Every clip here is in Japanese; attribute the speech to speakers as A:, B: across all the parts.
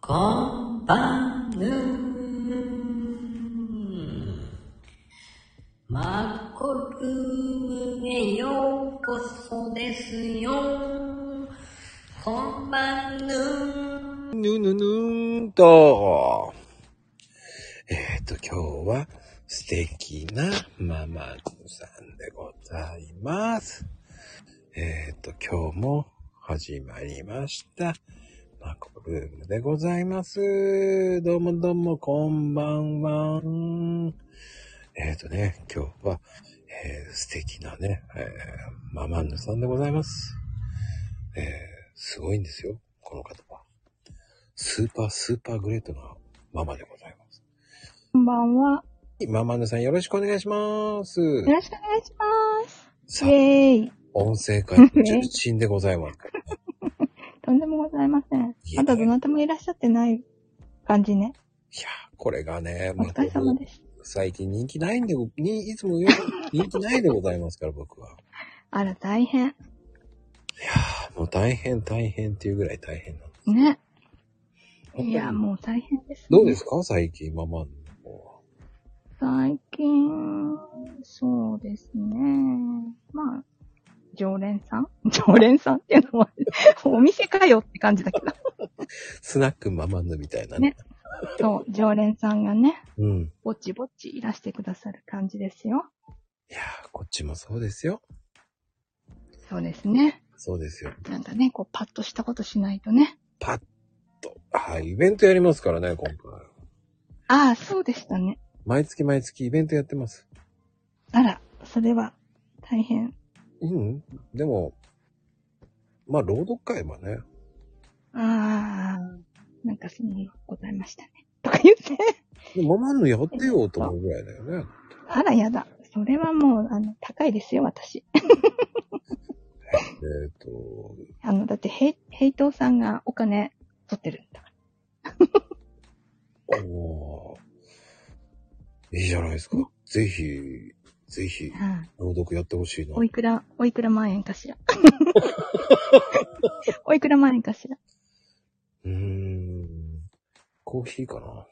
A: こんばんぬマコルームへようこそですよこんばんぬ
B: ぬぬぬーんと。えっ、と、今日は素敵なママさんでございます。えっ、と、今日も始まりました。マコルームでございます。どうもどうも、こんばんは。えっ、とね、今日は、えー素敵なね、えーママンヌさんでございます。えーすごいんですよ、この方は。スーパースーパーグレートなママでございます。
C: こんばんは。
B: ママヌさんよろしくお願いします。
C: よろしくお願いします。
B: さ
C: イ
B: あ、
C: ェーイ。
B: 音声会の重鎮でござい ますからね。
C: とんでもございません
B: い。え
C: まだどなたもいらっしゃってない感じね。
B: いやー、これがね、
C: お疲れ様です。
B: 最近人気ないんで、にいつも言うように人気ないでございますから、僕は。
C: あら、大変。
B: もう大変大変っていうぐらい大変なんです。
C: ね。
B: 本当に
C: いや、もう大変です、ね。
B: どうですか最近、ママヌの方は。
C: 最近、そうですね。まあ、常連さん 常連さんっていうのは、お店かよって感じだけ ど。
B: スナックママヌみたいなね。
C: ねそう、常連さんがね、
B: うん。
C: ぼちぼちいらしてくださる感じですよ。
B: いやー、こっちもそうですよ。
C: そうですね。
B: そうですよ。
C: なんかね、こう、パッとしたことしないとね。
B: パッと。はい、イベントやりますからね、今回。
C: ああ、そうでしたね。
B: 毎月毎月イベントやってます。
C: あら、それは大変。
B: うん。でも、まあ、朗読会はね、
C: ああ、なんかそのございましたね。とか言って。
B: でもママのやってよと思うぐらいだよね。
C: あら、やだ。それはもう、あの、高いですよ、私。
B: えっ、と、
C: あの、だって、ヘイ、ヘイトーさんがお金取ってるんだか
B: おーいいじゃないですか。ぜひ、ぜひ、
C: ら。はい。
B: 朗読やってほしいな。
C: おいくら、おいくら万円か しら。おいくら万円かしら。
B: うーん。コーヒーかな。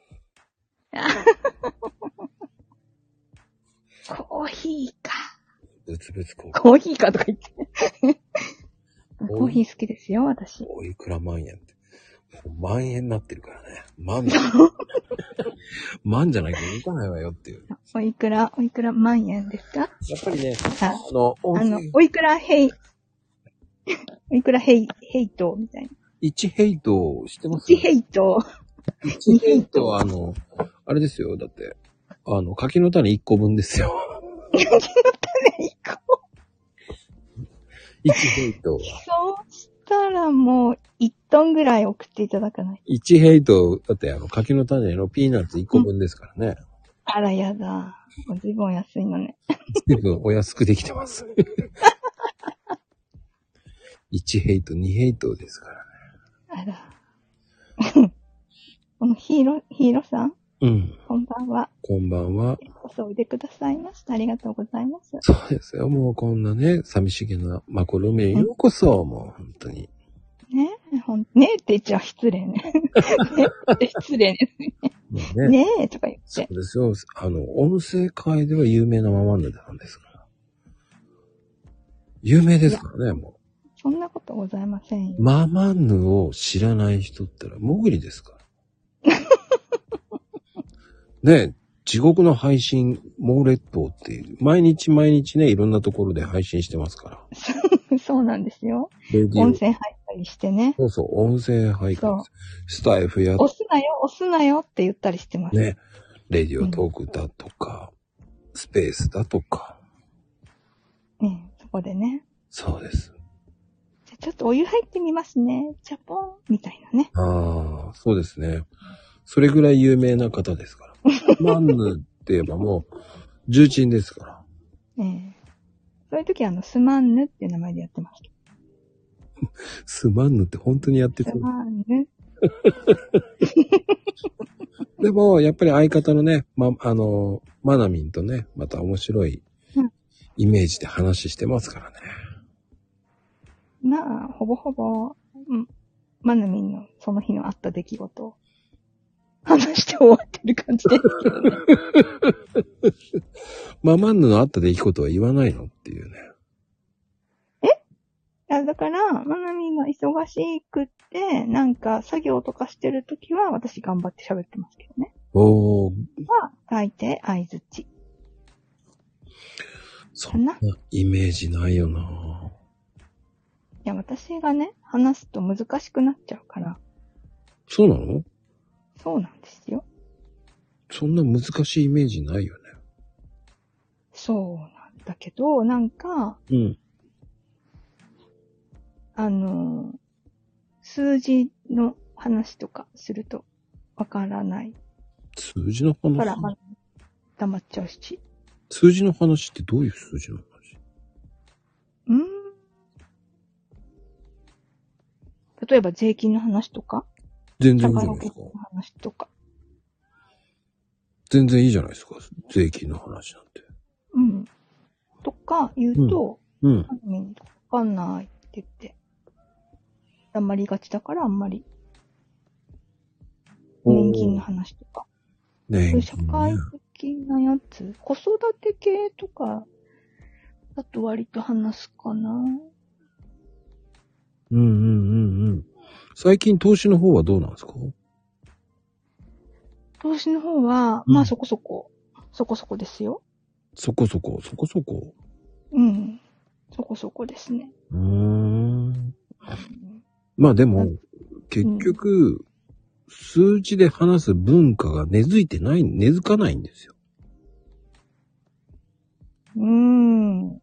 C: コーヒーか。
B: うつぶつコーヒー。
C: コーヒーかとか言って。コーヒー好きですよ、私。
B: おいくら万円って。もう万円になってるからね。 万だ。万じゃなきゃ動かないわよっていう。
C: おいくら、おいくら万円ですか
B: やっぱりね、
C: あ
B: あの、音
C: あの
B: 声、
C: おいくらヘイ、 おいくらヘイ、ヘイトみたいな。
B: 1ヘイト知ってます
C: 1ヘイト。
B: 1ヘイトはあの、あれですよ。だって、あの、柿の種1個分ですよ。1ヘイトは。
C: そうしたらもう1トンぐらい送っていただかない。
B: 1ヘイト、だってあの、柿の種のピーナッツ1個分ですからね。
C: あらやだ。おズボン安いのね。
B: 随分お安くできて ます。1ヘイト、2ヘイトですからね。
C: あら。 このヒーロー、ヒーローさん、
B: うん。
C: こんばんは。
B: こんばんは。
C: おいでくださいました。ありがとうございます。
B: そうですよ。もうこんなね、寂しげなマコロメへようこそ、もう本当に。
C: ねえ、ほん、ねえって言っちゃう失礼 ね。ねえって失礼ね。
B: もうね
C: ねえとか言っ
B: そ
C: て。
B: うですよ。あの、音声界では有名なママンヌなんですから。有名ですからね、も
C: そんなことございませんよ
B: う。。ママンヌを知らない人ったら、 もぐりですから。ねえ地獄の配信、猛烈党っていう、毎日毎日ね、いろんなところで配信してますから。
C: そうなんですよ。
B: レディオ
C: 温泉入ったりしてね。
B: そうそう、音声配信
C: そう。
B: スタイフやっ
C: 押すなよ、押すなよって言ったりしてます。
B: ね、レディオトークだとか、スペースだとか、
C: ねそこでね。
B: そうです。
C: じゃあちょっとお湯入ってみますね。ジャポンみたいなね。
B: ああ、そうですね。それぐらい有名な方ですから。マンヌって言えばもう、重鎮ですから。
C: ええそういう時は、あの、すまんぬっていう名前でやってます。
B: スマンヌって本当にやってて
C: す。まんぬ。
B: でも、やっぱり相方のね、ま、あの、マナミンとね、また面白い
C: うん
B: イメージで話してますからね。
C: まあ、ほぼほぼ、うん、まなみんのその日のあった出来事を話して終わってる感じ ですけどね。
B: ママンヌのあった出来事は言わないのっていうね。
C: あだから、まなみが忙しくって、なんか作業とかしてるときは私頑張って喋ってますけどね。
B: おー、
C: は、大抵相づち。
B: そ
C: か
B: んな
C: な。い
B: イメージないよな
C: や、私がね、話すと難しくなっちゃうから、
B: そうなの
C: そうなんですよ。
B: そんな難しいイメージないよ
C: そうなんだけど、なんか、
B: ね。うん。
C: あのー数字の話とかするとわからない
B: 数字の
C: ほら、ま
B: 話
C: あ黙っちゃうし。
B: 数字の話ってどういう数字の話
C: うーん。例えば税金の話とか、
B: 全然いいじゃ
C: 宝
B: ない
C: く
B: で
C: じ
B: すか
C: の。話とか。
B: 全然いいじゃないですか。税金の話なんて。
C: うん。とか言うと、
B: うん。
C: 犯人わかんないって言って、黙りがちだからあんまり、年金
B: お
C: の
B: ー。
C: 話とか。そういう
B: 年
C: 社
B: 金
C: 会
B: ね。
C: 的なやつ、子育て系とか、だと割と話すかな。
B: うんうんうんうん。最近投資の方はどうなんですか
C: 投資の方は、
B: うん
C: まあそこそこ、そこそこですよ。
B: そこそこ、そこそこ。
C: うん。そこそこですね。
B: うーん。
C: うん
B: まあでも
C: う、
B: 結局、数字で話す文化が根付いてない、根付かないんですよ。
C: うーん。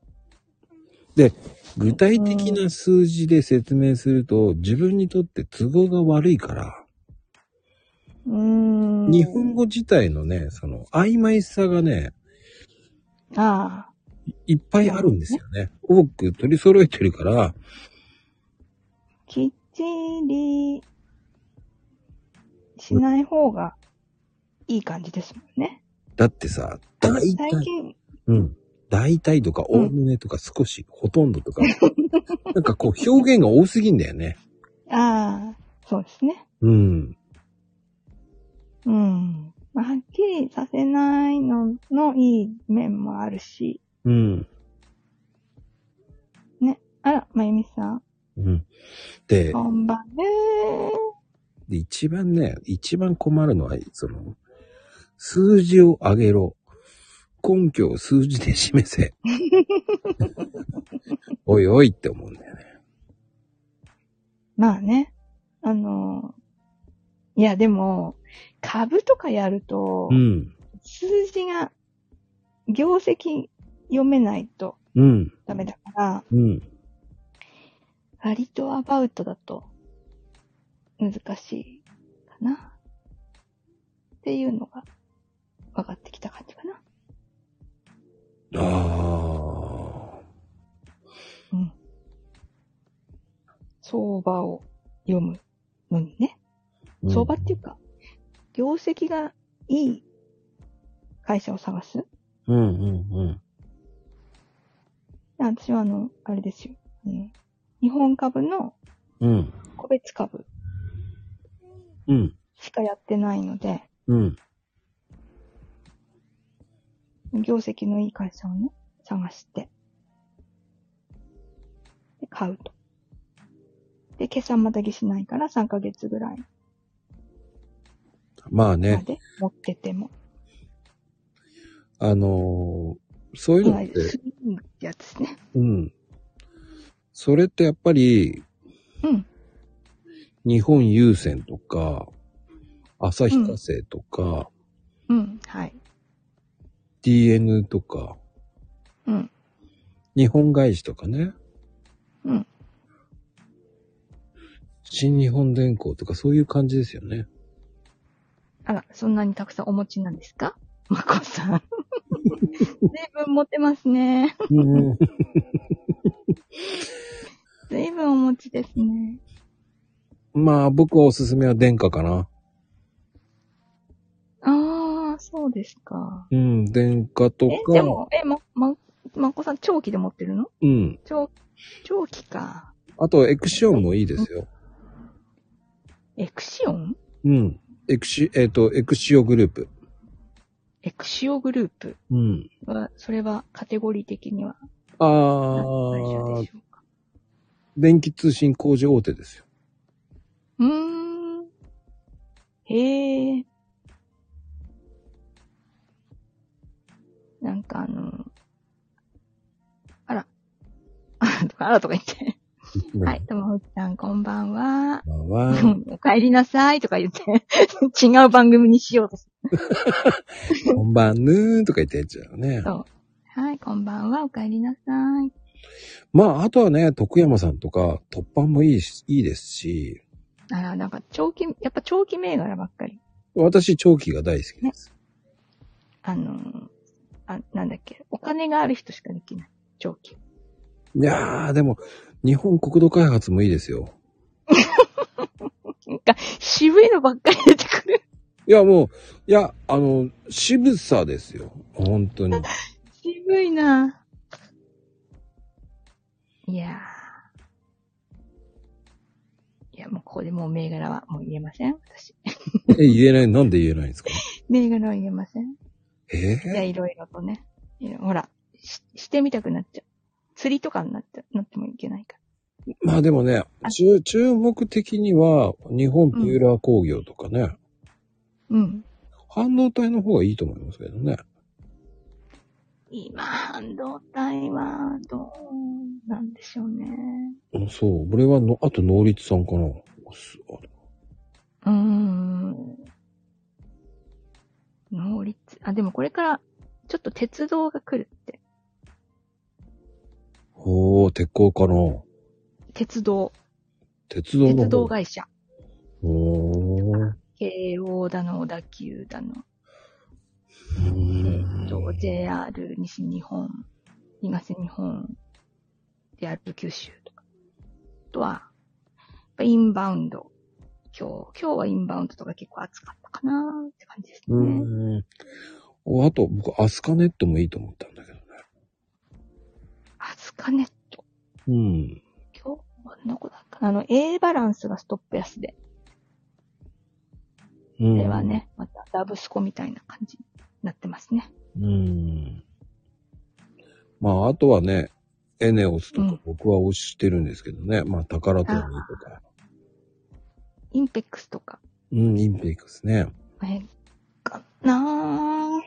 B: 具体的な数字で説明すると、自分にとって都合が悪いから、
C: うーん。
B: 日本語自体のね、その曖昧さがね、
C: ああ。
B: いっぱいあるんですよね。多く取り揃えてるから、
C: きっちりしない方がいい感じですもんね。
B: だってさ、大
C: 最
B: 体、
C: 近、
B: うん。大体とか、お
C: うん
B: おむねとか、少し、ほとんどとか、 なんかこう、表現が多すぎんだよね。
C: ああ、そうですね。
B: うん。
C: うん。まあはっきりさせないののいい面もあるし、
B: うん。
C: ね。あら、まゆみさん、
B: うん。で、
C: こんばんね
B: で一番ね、一番困るのは、その、数字を上げろ。根拠を数字で示 せ。おいおいって思うんだよね。
C: まあね。あの、いや、でも、株とかやると
B: う、ん。
C: 数字が、業績読めないと
B: うん。
C: ダメだから、
B: うん。
C: 割とアバウトだと難しいかな。っていうのが分かってきた感じかな。
B: ああ。
C: うん。相場を読むのにね。
B: うん
C: 相場っていうか、業績がいい会社を探す。
B: うんうん
C: 私はあの、あれですよ。うん、日本株の
B: うん。うん。
C: 個別株
B: うん。
C: しかやってないので、
B: うん。
C: 業績のいい会社をね、探して、で、買うと。で、決算またぎしないから3ヶ月ぐらい
B: まあ
C: ま
B: ね、
C: で持ってても。
B: あのーそういう
C: い
B: のっ
C: わゆる
B: て、
C: スイングってやつですね。
B: うん。それってやっぱり、
C: うん。
B: 日本郵船とか、旭化成とか、
C: うん。はい。
B: DN とか、
C: うん。
B: 日本外資とかね、
C: うん。
B: 新日本電工とかそういう感じですよね。
C: あら、そんなにたくさんお持ちなんですか まこさん。 随分持ってますね。
B: うん、
C: 随分お持ちですね。
B: まあ僕はおすすめは殿下かな。
C: ああ、そうですか。
B: うん、殿下と
C: え
B: か、、
C: でも、え、ま、ま、まこさん長期で持ってるの
B: うん。
C: 長、長期か。
B: あとエクシオンもいいですよ。
C: エクシオン
B: うん。エクシ、えっ、と、エクシオグループ。
C: エクシオグループ
B: うん。
C: は、それはカテゴリー的には
B: あ
C: 何社
B: ー
C: で、しょうか
B: 電気通信工事大手ですよ。
C: うーん。へえ。なんかあの、あら。 あらとか、あらとか言って。はい、。ともふきさんこんばんは。
B: まあは、
C: お帰りなさいとか言って、 違う番組にしようとす
B: こんばんぬーとか言ってやっちゃうね
C: る。と。はい、こんばんは、お帰りなさい。
B: まあ、あとはね、徳山さんとか、突販もいいし、いいですし、
C: あら、なんか長期、やっぱ長期銘柄ばっかり。
B: 私、長期が大好きです。
C: あの、あ、なんだっけ、お金がある人しかできない。長期。
B: いやー、でも、日本国土開発もいいですよ。
C: なんか、渋いのばっかり出てくる。
B: いや、もう、いや、あの、渋さですよ。本当 に。
C: 渋いなぁいやーいや、もうここでもう銘柄はもう言えません。私。
B: え、言えない、なんで言えないんですか
C: 銘柄は言えません。
B: え
C: いや、
B: ー、
C: いろいろとね。いろほらし、してみたくなっちゃう。釣りとかになっちゃなってもいけないか
B: まあでもね、注注目的には、日本ピューラー工業とかね、
C: ら。うん。
B: 半導体の方がいいと思いますけどね。
C: 今、半導体は、どうなんでしょうね。
B: うんそう、俺はの、あと能率さんかな。すあ
C: うーん。能率。あ、でもこれから、ちょっと鉄道が来るって。
B: おー、鉄鋼かな。
C: 鉄道。
B: 鉄道の方。
C: 鉄道会社。
B: おー。
C: 京王だの、小田急だの、
B: うーん
C: えっと JR 西日本、東日本、JR 九州とか。あとは、やっぱインバウンド。今日、今日はインバウンドとか結構暑かったかなーって感じです
B: う
C: ね。
B: ん。おあと、僕、アスカネットもいいと思ったんだけどね。
C: アスカネット。
B: うん。
C: 今日はどこだったかなあの、A バランスがストップ安で。
B: う
C: こ
B: ん、
C: れは。ね、またダブスコみたいな感じになってますね。
B: うん。まあ、あとはね、エネオスと
C: う
B: か
C: ん
B: 僕は推してるんですけどね。まあ、宝トミーとか。
C: インペックスとか。
B: うん、インペックスね。
C: え、かなぁ。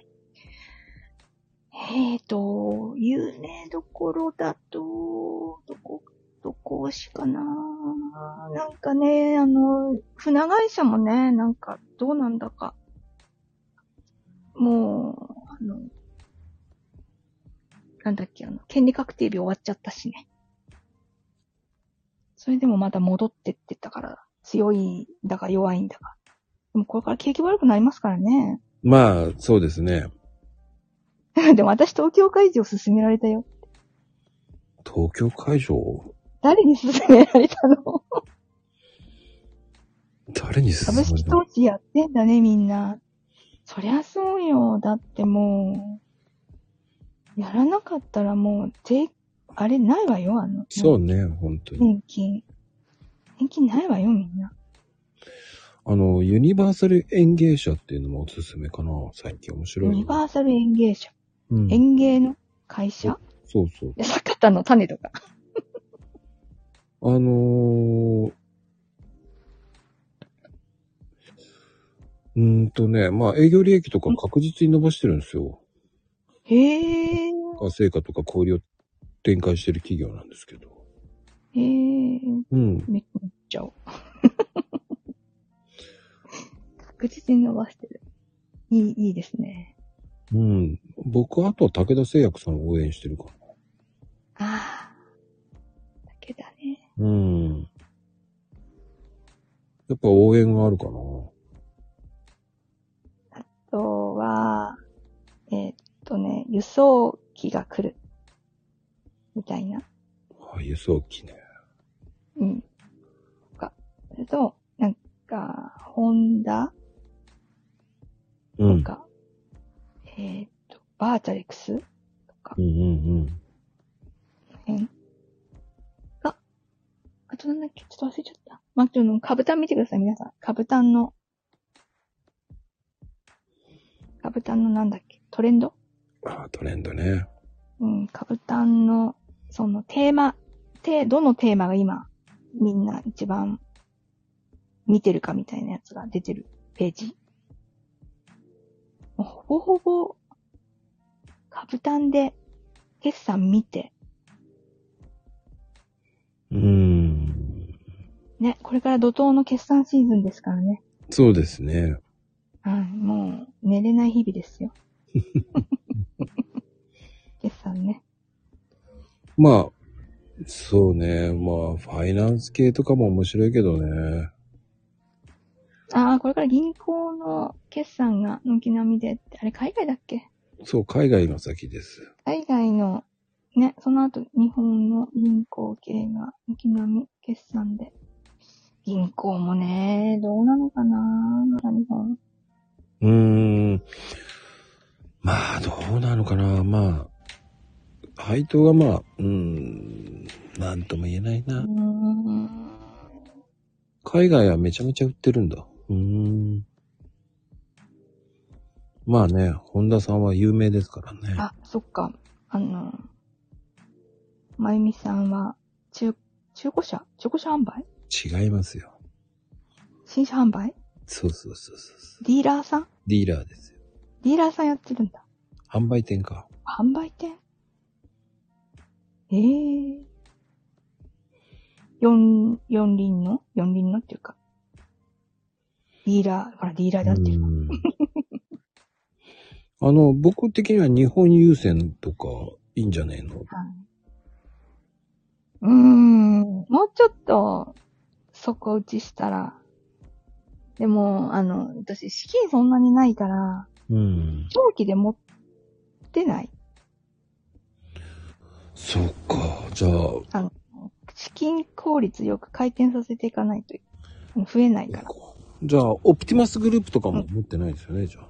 C: えーと、有名どころだと、どこ、どこ推しかなぁ。なんかね、あの、船会社もね、なんかどうなんだか。もう、あの、なんだっけ、あの、権利確定日終わっちゃったしね。それでもまだ戻ってってたから、強いんだか弱いんだか。でもこれから景気悪くなりますからね。
B: まあ、そうですね。
C: でも私東京会議を勧められたよ。
B: 東京会場
C: 誰に勧められたの
B: 誰に進
C: 株
B: め
C: 式
B: たの
C: 投資やってんだね、みんな。そりゃそうよ。だってもう、やらなかったらもう、税、あれないわよ、あの。
B: そうね、本当に。
C: 年金。年金ないわよ、みんな。
B: あの、ユニバーサル園芸社っていうのもおすすめかな。最近面白い
C: ユ
B: の。
C: ニバーサル園芸社。
B: うん、
C: 園芸の会社
B: そうそう。
C: で、坂田の種とか。
B: あのー、うーんとね、まあ営業利益とか確実に伸ばしてるんですよ。
C: へえ。
B: 成果とか小売りを展開してる企業なんですけど。
C: へえ。
B: うん。
C: めっちゃおう。確実に伸ばしてる。いい、いいですね。
B: うん。僕、あとは武田製薬さんを応援してるか
C: ああ。だけだね。
B: ら。うん。やっぱ応援があるかな。
C: あとは、えーっとね、輸送機が来る。みたいな。
B: あ、輸送機ね。
C: うん。とか。それと、なんか、ホンダ
B: う
C: と
B: ん。
C: か、えーっと、バーチャレックスとか
B: う、んうんうん。
C: 辺が、あとなんだっけちょっと忘れちゃった。まあ、ちょっと、カブタン見てください、皆さん。カブタンのカブタンのなんだっけ、トレンド
B: ああ、トレンドね。
C: うん、カブタンの、そのテーマ、て、どのテーマが今、みんな一番見てるかみたいなやつが出てるページ。もうほぼほぼ、カブタンで決算見て、
B: うーん。
C: ね、これから怒涛の決算シーズンですからね。
B: そうですね。
C: はい、もう寝れない日々ですよ。 決算ね。
B: まあ、そうね。まあ、ファイナンス系とかも面白いけどね。
C: ああ、これから銀行の決算が軒並みでって、あれ海外だっけ
B: そう、海外が先です。
C: 海外の、ね、その後日本の銀行系が軒並み決算で。銀行もね、どうなのかな日本。
B: うーん。まあ、どうなのかな。まあ、配当がまあ、うーん、なんとも言えないう
C: ー
B: な。
C: ん。
B: 海外はめちゃめちゃ売ってるんだ。うーん。まあね、本田さんは有名ですからね。
C: あ、そっか。あの、まゆみさんは、中、中古車中古車販売
B: 違いますよ。
C: 新車販売
B: そうそうそうそうそう。
C: ディーラーさん
B: ディーラーですよ。
C: ディーラーさんやってるんだ。
B: 販売店か。
C: 販売店ええ四、四輪の四輪のっていうか。ディーラー、ほら、ディーラーだってる。
B: うんあの、僕的には日本郵船とかいいんじゃねえの
C: うーん、もうちょっと、底打ちしたら。でも、あの、私、資金そんなにないから、
B: うん。
C: 長期で持ってない。
B: そっか。じゃあ、
C: 資金効率よく回転させていかないと、増えないから。
B: じゃあ、オプティマスグループとかも持ってないですよね、じゃあ。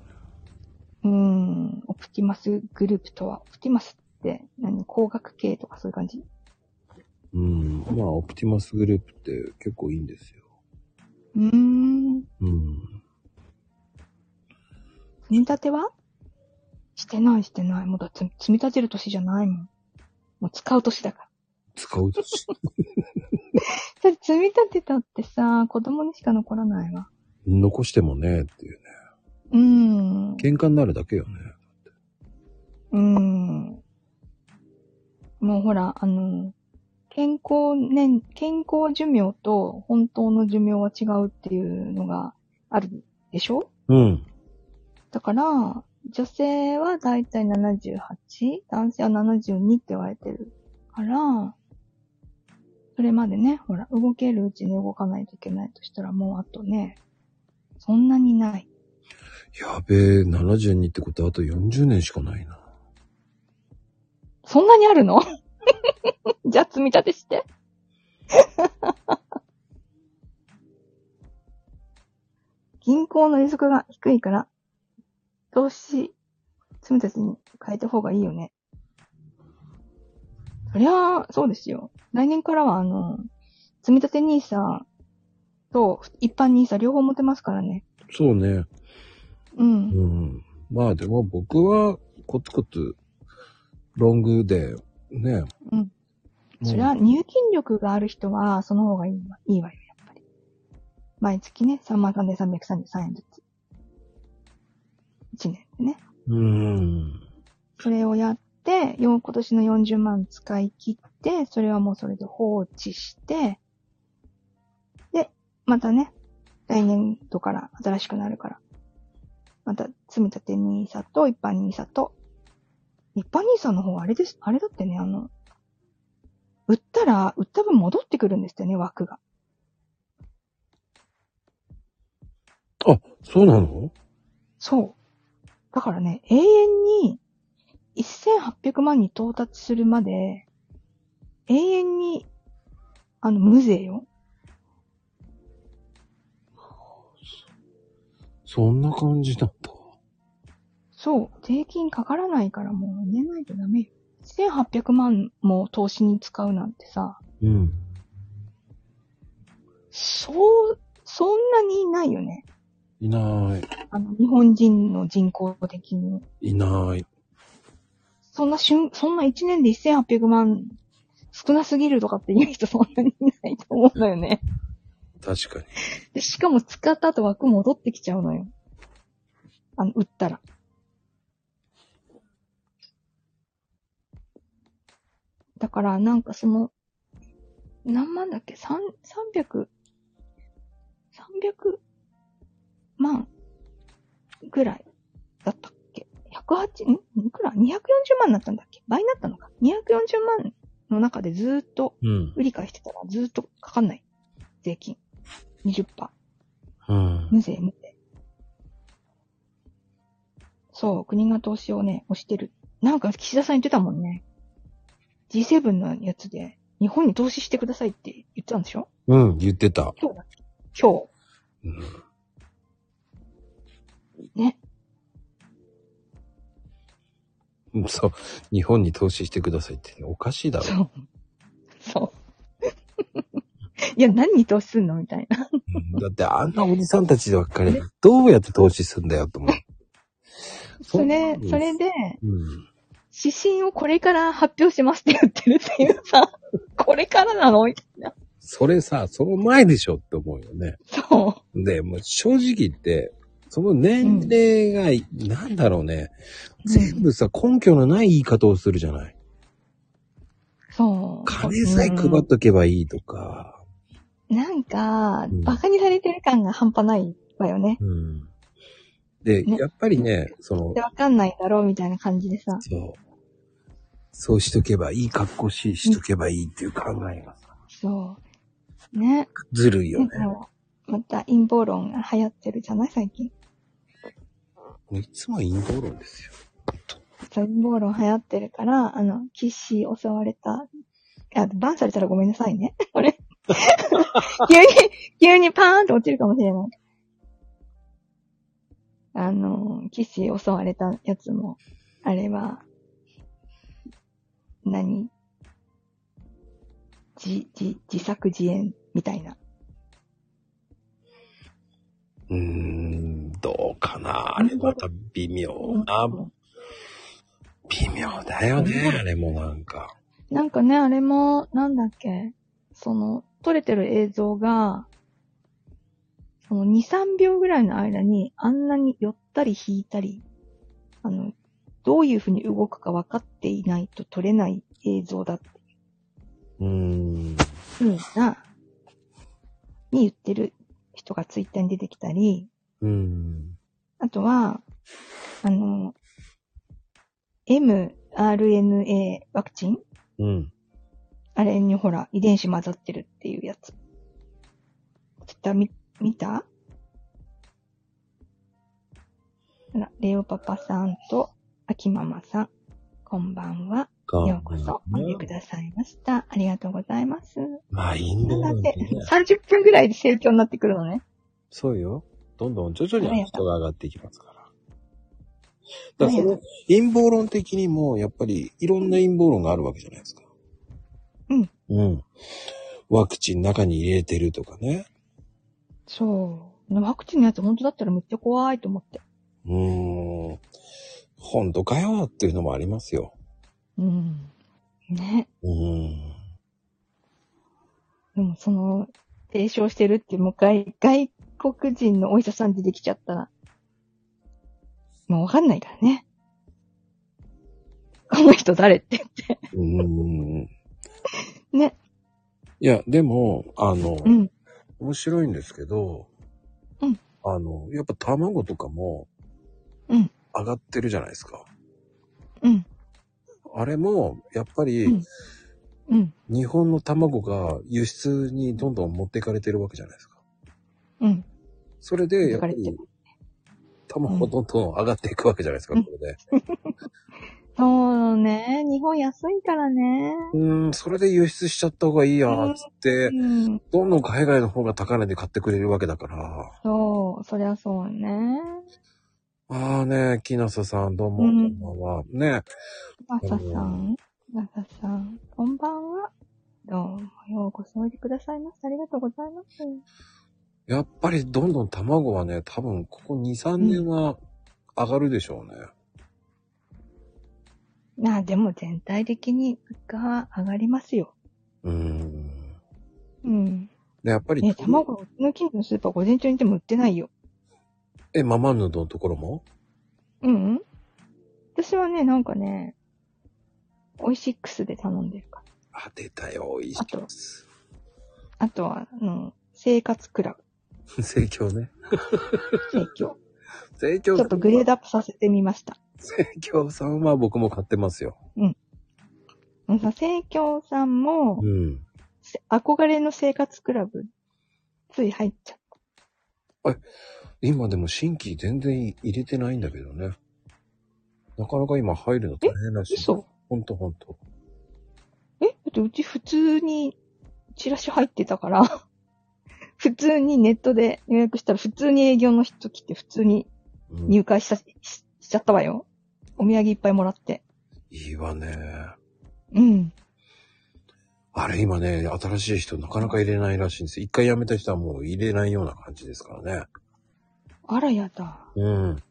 C: うーん、オプティマスグループとは、オプティマスって何工学系とかそういう感じ
B: うん。まあ、オプティマスグループって結構いいんですよ。
C: うー
B: う
C: ん。
B: ん。
C: 積み立てはしてないしてない。もうだって積み立てる年じゃないもん。もう使う年だから。
B: 使うとし、
C: それ積み立てたってさ、子供にしか残らないわ。
B: 残してもね、っていうね。
C: うーん。う
B: 喧嘩になるだけよね。
C: ーん。もうほら、あの、健康年、健康寿命と本当の寿命は違うっていうのがあるでしょ
B: うん。
C: だから、女性はだいたい 78? 男性は72って言われてるから、それまでね、ほら、動けるうちに動かないといけないとしたら、もうあとね、そんなにない。
B: やべえ、72ってことはあと40年しかないな。
C: そんなにあるの じゃあ積み立てして。 銀行の利息が低いから、投資、積み立てに変えた方がいいよね。そりゃあ、そうですよ。来年からは、あの、積み立て NISA と一般 NISA 両方持てますからね。
B: そうね。
C: うん。
B: うん。まあでも僕は、コツコツ、ロングで、ね。
C: うん。そ
B: う
C: れは
B: ん
C: 入金力がある人は、その方がいいわいいわよ、やっぱり。毎月ね、33,333円ずつ。1年でね。
B: うん。
C: それをやって、よ今年の40万使い切って、それはもうそれで放置して、で、またね、来年度から新しくなるから。また、積み立て NISA と一般 NISA と、一般 NISA の方はあれです、あれだってね、あの、売ったら、売った分戻ってくるんですよね、枠が。
B: あ、そうなの
C: そう。だからね、永遠に1800万に到達するまで、永遠に、あの、無税よ。
B: そんな感じなんだ。
C: そう。税金かからないからもう入れないとダメよ。1800万も投資に使うなんてさ、
B: うん。
C: そう、そんなにいないよね。
B: いない。
C: あの、日本人の人口的に、
B: いない。
C: そんな瞬、そんな1年で1800万少なすぎるとかっていう人そんなにいないと思うのよね。
B: 確かに。
C: でしかも使った後枠戻ってきちゃうのよ。あの、売ったら。だから、なんかその、何万だっけ三、三百、三百万ぐらいだったっけ ?108、んいくら ?240 万になったんだっけ倍になったのか ?240 万の中でずーっと
B: うん。
C: 売り買いしてたらずーっとかかんない。税金。20%。
B: うん。
C: 無税、無税。そう、国が投資をね、押してる。なんか岸田さん言ってたもんね。G7 のやつで、日本に投資してくださいって言ってたんでしょ
B: うん、言ってた。
C: 今日だっけ今
B: うん。
C: 日。ね。
B: うんそう。日本に投資してくださいって、おかしいだろ。
C: そう。そう。い や、何に投資すんのみたいな。
B: うんだってあんなおじさんたちばっかり、どうやって投資するんだよと思う。
C: それ
B: う、ん
C: それで、
B: うん。
C: 指針をこれから発表しますって言ってるっていう さ、これからなのみたいな。
B: それさ、その前でしょって思うよね。
C: そ
B: で、もう正直言って、その年齢が、なんだろうね。
C: うん
B: 全部さ、根拠のない言い方をするじゃない。
C: う。そう。
B: 金さえ配っとけばいいとか。
C: なんか
B: うん、
C: バカにされてる感が半端ないわよね。
B: うん。で、
C: ね
B: やっぱりね、その
C: で、、わかんないだろうみたいな感じでさ。
B: そう。そうしとけばいい、格好しいしとけばいいっていう考えがさ、
C: そう。ね。
B: ずるいよ
C: だ
B: ね
C: か。ら、また陰謀論が流行ってるじゃない最近。
B: いつも陰謀論ですよ。
C: そう、陰謀論流行ってるから、あの、騎士襲われた。あ、バンされたらごめんなさいね。 これ。急に、急にパーンと落ちるかもしれない。あの、騎士襲われたやつも、あれは、何じ、じ、自作自演みたいな。
B: うーん、どうかな。あれまた微妙な。微妙だよね。あれもなんか。
C: なんかね、あれも、なんだっけ、その、撮れてる映像が、その2、3秒ぐらいの間に、あんなに寄ったり引いたり、あの、どういう風に動くか分かっていないと撮れない映像だって
B: うーん。
C: いうふうな、に言ってる人がツイッターに出てきたり、
B: うーん。
C: あとは、あの、mRNA ワクチン
B: うん。
C: あれにほら、遺伝子混ざってるっていうやつ。ツイッター見、見たあら、レオパパさんと、アキママさん、こんばんは。
B: か
C: ようこそ、おいでくださいました。ありがとうございます。
B: まあ、陰謀
C: な
B: 論
C: ん
B: っ
C: だってて
B: ね。、
C: 30分ぐらいで盛況になってくるのね。
B: そうよ。どんどん徐々に人が上がっていきますから。だから
C: 何
B: そ
C: や
B: の陰謀論的にも、やっぱりいろんな陰謀論があるわけじゃないですか。
C: うん。
B: うん。ワクチン中に入れてるとかね。
C: そう。ワクチンのやつ本当だったらめっちゃ怖いと思って。
B: うーん。本当かよっていうのもありますよ。
C: うん。ね。
B: うーん。
C: でもその、提唱してるって、もう外、外国人のお医者さん出てきちゃったら、まあわかんないからね。この人誰って。
B: うーん。
C: ね。
B: いや、でも、あの、
C: うん。
B: 面白いんですけど、
C: うん
B: あの、やっぱ卵とかも
C: うん。
B: 上がってるじゃないですか。
C: うん。
B: あれも、やっぱ
C: う
B: り
C: ん、うん。
B: 日本の卵が輸出にどんどん持っていかれてるわけじゃないですか。
C: うん。
B: それで、やっぱ
C: 持って
B: り
C: かれて、
B: 卵どんどん上がっていくわけじゃないですか、
C: うん
B: これで。
C: そうね。日本安いからね。
B: うーん、それで輸出しちゃった方がいいや、つって
C: う、ん。
B: どんどん海外の方が高値で買ってくれるわけだから。
C: そう。そりゃそうね。
B: ああね、木下さん、どうも、
C: う
B: こ
C: ん
B: んばんは。ね、
C: マサさん。マサさん。こんばんは。どうもようこそおいでくださいました。ありがとうございます。
B: やっぱりどんどん卵はね、多分ここ2、3年は上がるでしょうね。
C: まあでも全体的に物価は上がりますよ。
B: うーん。
C: うん。
B: で、やっぱり、
C: ね卵、うちの近所のスーパー午前中に行っても売ってないよ。
B: え、ママヌードのところも
C: うん、うん、私はね、なんかね、オイシックスで頼んでるから。
B: あ、出たよ、美味しいです。
C: あとは、あの、生活クラブ、
B: 盛況ね。
C: 盛況。ちょ
B: 盛況
C: っとグレードアップさせてみました。
B: 盛況さんは僕も買ってますよ。
C: あのさ、盛況さんも
B: う、ん。
C: せ憧れの生活クラブ、つい入っちゃっ
B: 今でも新規全然入れてないんだけどね。なかなか今入るの大変ら
C: た。
B: しい。
C: 嘘
B: ほんとほんと。
C: えだってうち普通に、チラシ入ってたから、 普通にネットで予約したら普通に営業の人来て普通に
B: うん
C: 入会した、ししちゃったわよ。お土産いっぱいもらって。
B: いいわね。
C: うん。
B: あれ今ね、新しい人なかなか入れないらしいんです。一回辞めた人はもう入れないような感じですからね。
C: あらやだ。
B: うん。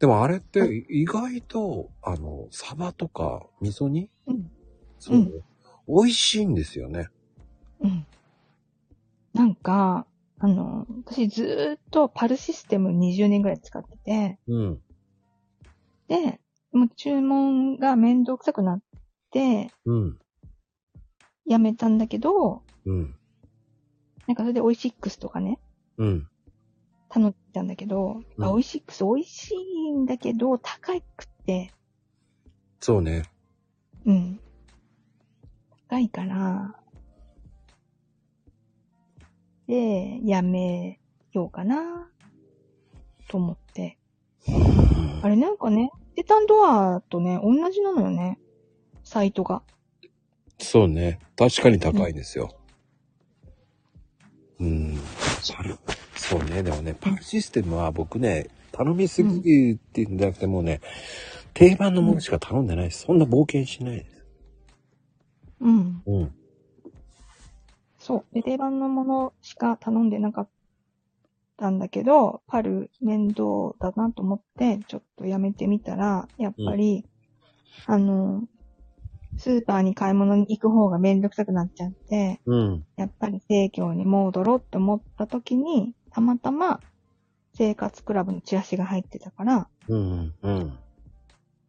B: でもあれって意外と、あの、サバとか味噌煮
C: うん。
B: そう、
C: うん
B: 美味しいんですよね。
C: うん。なんか、あの、私ずーっとパルシステム20年ぐらい使ってて、
B: うん。
C: で、もう注文がめんどくさくなって、
B: うん。
C: やめたんだけど、
B: うん。
C: なんかそれでオイシックスとかね、
B: うん。
C: 頼んだんだけど、
B: うん
C: あオイシックス美味しいんだけど、高くて、
B: そうね。
C: うん。高いから、で、やめようかな、と思って。あれなんかね、テタンドアとね、同じなのよね。サイトが。
B: そうね。確かに高いですよ。うん。それそうね。でもね、パンシステムは僕ね、頼みすぎるっていうんじゃなくてもうね、定番のものしか頼んでないし、そんな冒険しないです。
C: うん。
B: うん。
C: そう。で、定番のものしか頼んでなかったんだけど、パル面倒だなと思って、ちょっとやめてみたら、やっぱり、あの、スーパーに買い物に行く方がめんどくさくなっちゃって、
B: うん。
C: やっぱり生協に戻ろうって思った時に、たまたま生活クラブのチラシが入ってたから、
B: うん。うん。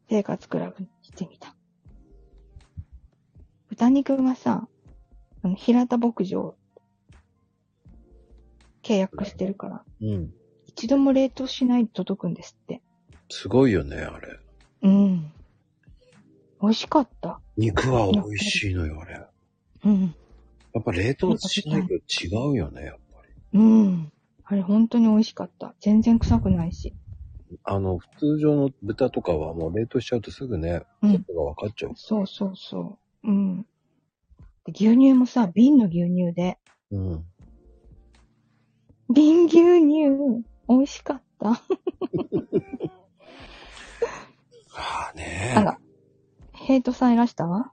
C: 生活クラブにしてみた。豚肉がさ、あの、平田牧場、契約してるから、
B: うん。
C: 一度も冷凍しないで届くんですって。
B: すごいよね、あれ。
C: うん。美味しかった。
B: 肉は美味しいのよ、あれ。や
C: うん。
B: っぱ冷凍しないと違うよね、やっぱり。
C: うん。あれ、本当に美味しかった。全然臭くないし。
B: あの、普通常の豚とかはもう冷凍しちゃうとすぐね、
C: うん
B: ことが分かっちゃう。
C: そうそうそう。うん。で牛乳もさ、瓶の牛乳で。
B: うん。
C: 瓶牛乳、美味しかった。
B: はあね
C: あら。ヘイトさんいらしたわ。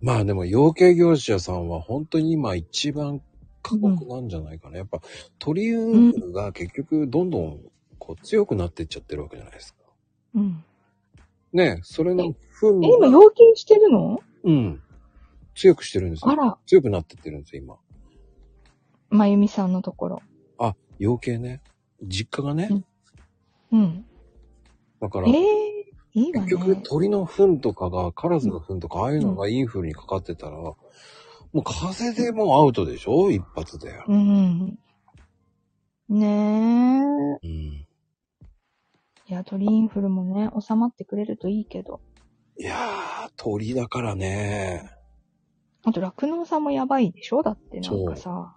B: まあでも養鶏業者さんは本当に今一番過酷なんじゃないかな。やっぱ鳥インフルが結局どんどんこう強くなっていっちゃってるわけじゃないですか。
C: うん。
B: ねえ、それの糞
C: え、今、
B: が、
C: 要求してるの
B: うん、強くしてるんです
C: あ
B: よ。
C: ら、
B: 強くなってってるんですよ、今。
C: まゆみさんのところ。
B: あ、養鶏ね。実家がね。
C: うんうん。
B: だから
C: え、ー、いいわ
B: 結
C: ね。
B: 局鳥の糞とかが、カラスの糞とか、ああいうのがインフルにかかってたら、もう風でもうアウトでしょ一発で。
C: うん。
B: う
C: ね
B: ん
C: え。いや、鳥インフルもね、収まってくれるといいけど。
B: いやー、鳥だからね。
C: あと、酪農さんもやばいでしょだってなんかさ。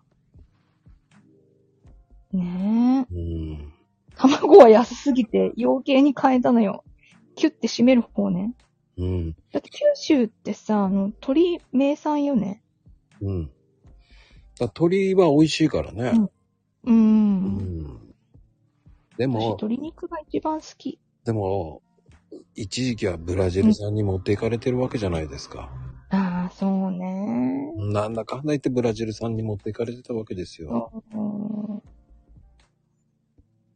C: ねえ。
B: うん。
C: 卵は安すぎて、養鶏に変えたのよ。キュッて締める方ね。
B: うん。
C: だって九州ってさ、あの、鳥名産よね。
B: うん。だから鳥は美味しいからね。
C: う。
B: うんん。で
C: 私、
B: も、
C: 鶏肉が一番好き。
B: でも、一時期はブラジル産に持っていかれてるわけじゃないですか。
C: ああ、そうね
B: う。ん。なんだかんだ言ってブラジルさんに持っていかれてたわけですよ。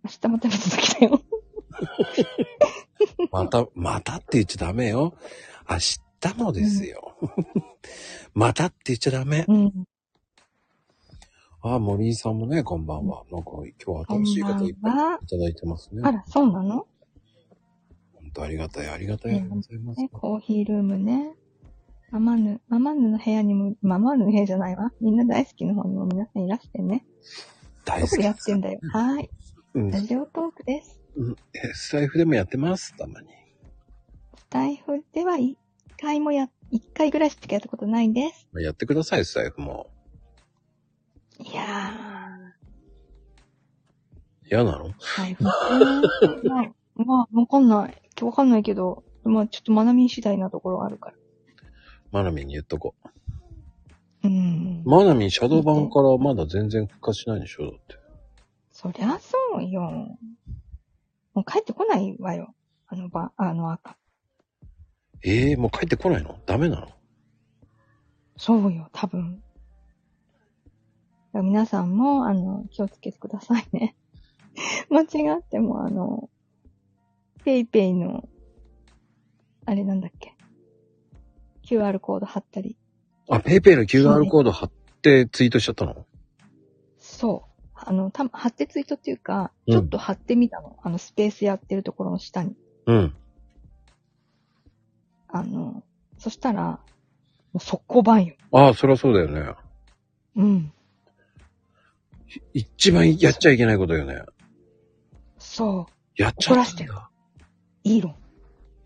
C: 明日また見続けだよ。
B: また、またって言っちゃダメよ。明日もです よ。またって言っちゃダメ。
C: うん。
B: あ、森井さんもね、こんばんは。なんか今日新しい方いっぱい
C: こんばんはい
B: ただいてますね。
C: あら、そうなの
B: 本当ありがたい、ありがたい、ありがとうございます
C: ね、。コーヒールームね。ママヌ、ママヌの部屋にも、ママヌの部屋じゃないわ。みんな大好きの方にも皆さんいらしてね。
B: 大好
C: よ
B: き
C: く。やってんだよ。はーい。
B: うん。
C: ラジオトークです。
B: うんえスタイフでもやってます、たまに。
C: スタイフでは一回もや、一回ぐらいしかやったことないです。
B: まあやってください、スタイフも。
C: いやー。
B: 嫌なの
C: はい。まあ、まあ、わかんない。わかんないけど、まあ、ちょっと学び次第なところがあるから。
B: マナミンに言っとこ
C: うん
B: う。。マナミン、シャドー版からまだ全然復活しないでしょ、だって。
C: そりゃそうよ。もう帰ってこないわよ。あのば、あの赤。
B: ええもう帰ってこないのダメなの
C: そうよ、多分。だから皆さんも、あの、気をつけてくださいね。 間違っても、あの、ペイペイの、あれなんだっけ。QR コード貼ったり。
B: あ、ペイペイの QR コード貼ってツイートしちゃったの
C: そう。あの、た貼ってツイートっていうか、
B: うん
C: ちょっと貼ってみたの。あの、スペースやってるところの下に。
B: うん。
C: あの、そしたら、もう速攻版よ。
B: ああ、そりゃそうだよね。
C: うん。
B: 一番やっちゃいけないことよね。
C: そう。
B: やっちゃ
C: 怒ら
B: っ
C: せ
B: た
C: て
B: ん
C: る
B: だ。
C: イーロン。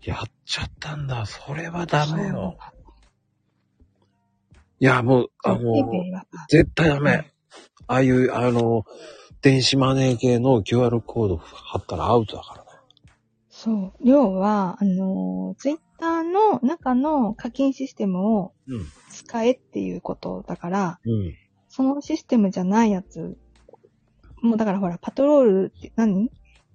B: やっちゃったんだ。それはダメよ。
C: そう。
B: いや、もう、
C: そ
B: あ
C: うペイペ
B: の、
C: イは
B: 絶対ダメ。ああいう、あの、電子マネー系の QR コード貼ったらアウトだからね。
C: そう。要は、あの、ツイッターの中の課金システムを使えっていうことだから、
B: うん。うん。
C: そのシステムじゃないやつ、もうだからほら、パトロールって何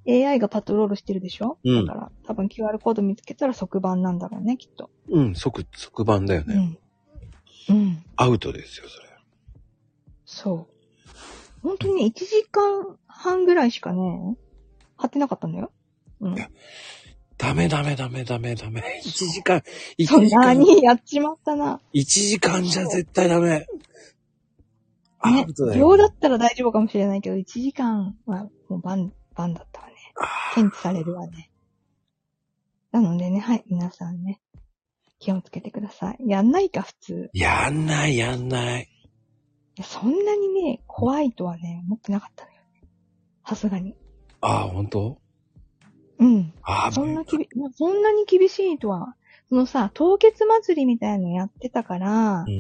C: ?AI がパトロールしてるでしょ
B: うん
C: だから、多分 QR コード見つけたら即番なんだろうね、きっと。
B: うん、即、即番だよね。
C: うん。うん。
B: アウトですよ、それ。
C: そう。本当にね、1時間半ぐらいしかね、貼ってなかったんだよ。うん。
B: ダメダメダメダメダメ。1時 間、1
C: そん
B: 時
C: な
B: 間、
C: にやっちまったな。
B: 一時間じゃ絶対ダメ。ア
C: ね
B: ウト、だよ。
C: 秒だったら大丈夫かもしれないけど、1時間はもうバン、バンだったわね。
B: あ
C: 検知されるわね。なのでね、はい、皆さんね、気をつけてください。やんないか、普通。
B: ーやんない、やんない。
C: いやそんなにね、怖いとはね、思ってなかったのよね。さすがに。
B: ああ、本当
C: うん。
B: ああ、
C: そんなきび、そんなに厳しいとは。そのさ、凍結祭りみたいのやってたから
B: う、んう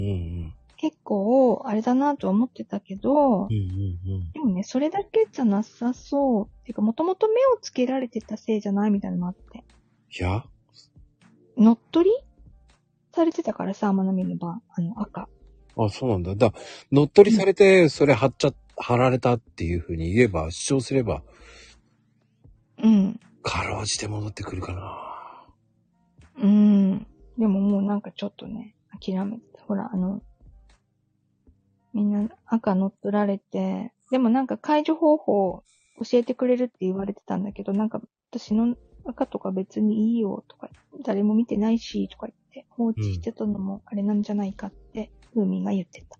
B: ん
C: 結構、あれだなとは思ってたけど
B: うん。う、んうんうん。
C: でもね、それだけじゃなさそう。てか、もともと目をつけられてたせいじゃないみたいなのもあって。
B: いや、
C: 乗っ取りされてたからさ、まなみの場、あの、赤。
B: あそうなんだ。だから乗っ取りされて、それ貼っちゃ、貼られたっていうふうに言えば、主張すれば、
C: うん。
B: かろうじて戻ってくるかな。
C: うん。でももうなんかちょっとね、諦めてた。ほら、あの、みんな赤乗っ取られて、でもなんか解除方法を教えてくれるって言われてたんだけど、なんか私の赤とか別にいいよとか、誰も見てないしとか言って、放置してたのもあれなんじゃないかって、ふうみんが言ってた。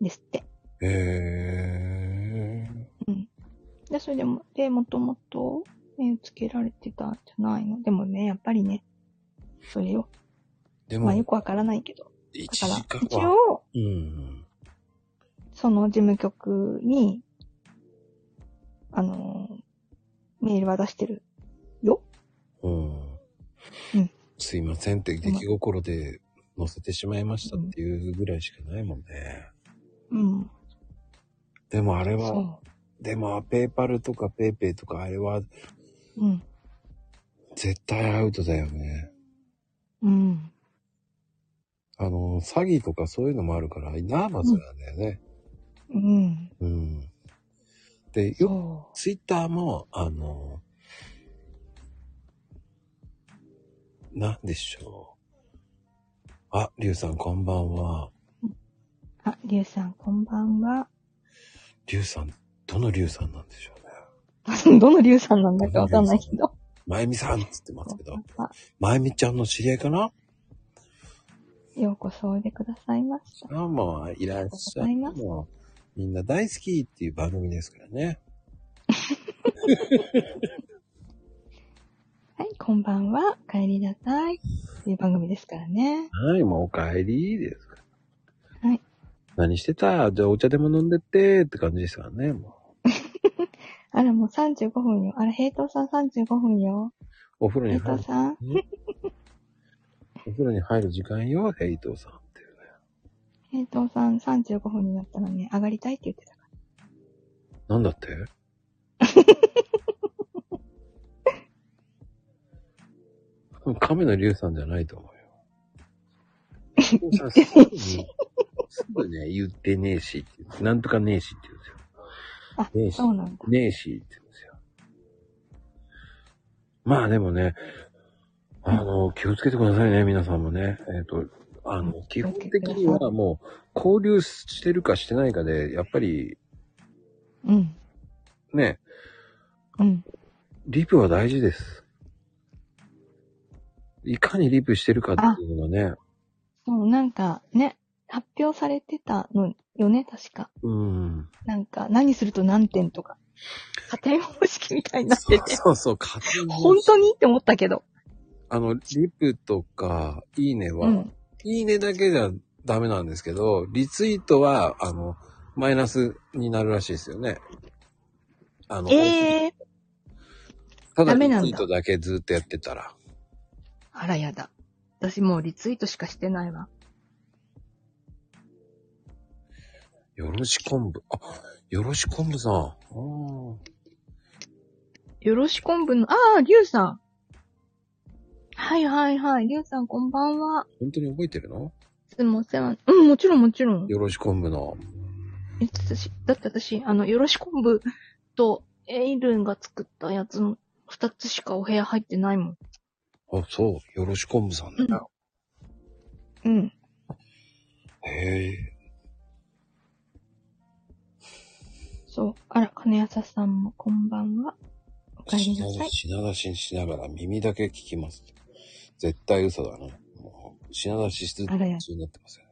C: ですって。
B: へえ。
C: で、それでも、で、もともと目つけられてたんじゃないの。でもね、やっぱりね、それよ。
B: で
C: ま
B: も
C: あ、よくわからないけど。
B: 1
C: だ
B: 時
C: から、
B: 間
C: 一
B: は。
C: 応、
B: うんうん。
C: その事務局に、あのーメールは出してる。
B: うん
C: うん
B: すいませんって出来心で載せてしまいましたっていうぐらいしかないもんね。
C: うん。
B: でもあれは、
C: そ
B: でもペーパルとかペイペイとかあれは
C: う。うん。
B: 絶対アウトだよね。
C: うん。
B: あの、詐欺とかそういうのもあるから、ナーバスなんだよね。
C: うん。
B: うん。で、よく
C: そ
B: ツイッターも、あの、なんでしょう。あ、りゅうさんこんばんは。
C: う。あ、りゅうさん、こんばんは。
B: リュウさん、どのリュウさんなんでしょうね。
C: どのりゅうさんなんだかわかんないけど。
B: まゆみさんっつってますけど、
C: あ
B: まゆみちゃんの知り合いかな
C: ようこそおいでくださいました。
B: あもう、いらっしゃ
C: あ
B: い。
C: りがとうございます
B: もう、みんな大好きっていう番組ですからね。
C: はい、こんばんは。お帰りなさい。っていう番組ですからね。
B: はい、もうお帰りですから。
C: はい。
B: 何してたじゃあお茶でも飲んでってって感じですからね。も
C: あら、もう35分よ。あら、平等さん35分よ。
B: うお風呂に
C: 平
B: 入る、
C: 等さん。
B: お風呂に入る時間よ、ヘイトさんっていうね。
C: 平等さん35分になったらね、上がりたいって言ってたか
B: なんだって 亀の竜さんじゃないと思うよ。竜さんすぐにすぐね、言ってねえしって言う、なんとかねえしって言うんですよ。
C: ら。あ、
B: ねえし
C: そうなんだ。
B: ねえしって言うんですよ。まあでもね、あの、気をつけてくださいね、皆さんもね。えっ、と、あの、基本的にはもう、交流してるかしてないかで、やっぱり、
C: うん。
B: ね、
C: うん。
B: リプは大事です。いかにリプしてるかっていうのはね、
C: そう、なんかね、発表されてたのよね、確か。
B: うん。
C: なんか、何すると何点とか。加点方式みたいになってて。
B: そうそう、勝手に
C: 本当にって思ったけど。
B: あの、リプとか、いいねは、
C: うん。
B: いいねだけじゃダメなんですけど、リツイートは、あの、マイナスになるらしいですよね。あの、
C: ええー。
B: ただ
C: ダ
B: リ
C: メなんだ
B: ツイートだけずっとやってたら。
C: あらやだ。私もうリツイートしかしてないわ。
B: よろし昆布。あ、よろし昆布さん。あー
C: よろし昆布の、ああ、りゅうさん。はいはいはい、りゅうさんこんばんは。
B: 本当に覚えてるの
C: いつもお世話に、うん、もちろんもちろん。
B: よろし昆布の。
C: え私、だって私、あの、よろし昆布とエイルンが作ったやつの二つしかお部屋入ってないもん。
B: あ、そう。よろし昆布さんだよ。
C: うん。
B: へえ。
C: そう。あら、金谷さんもこんばんは。お帰りなさい。
B: 品出ししながら耳だけ聞きます。絶対嘘だね。もう品出ししずつ
C: あらや
B: になってますよ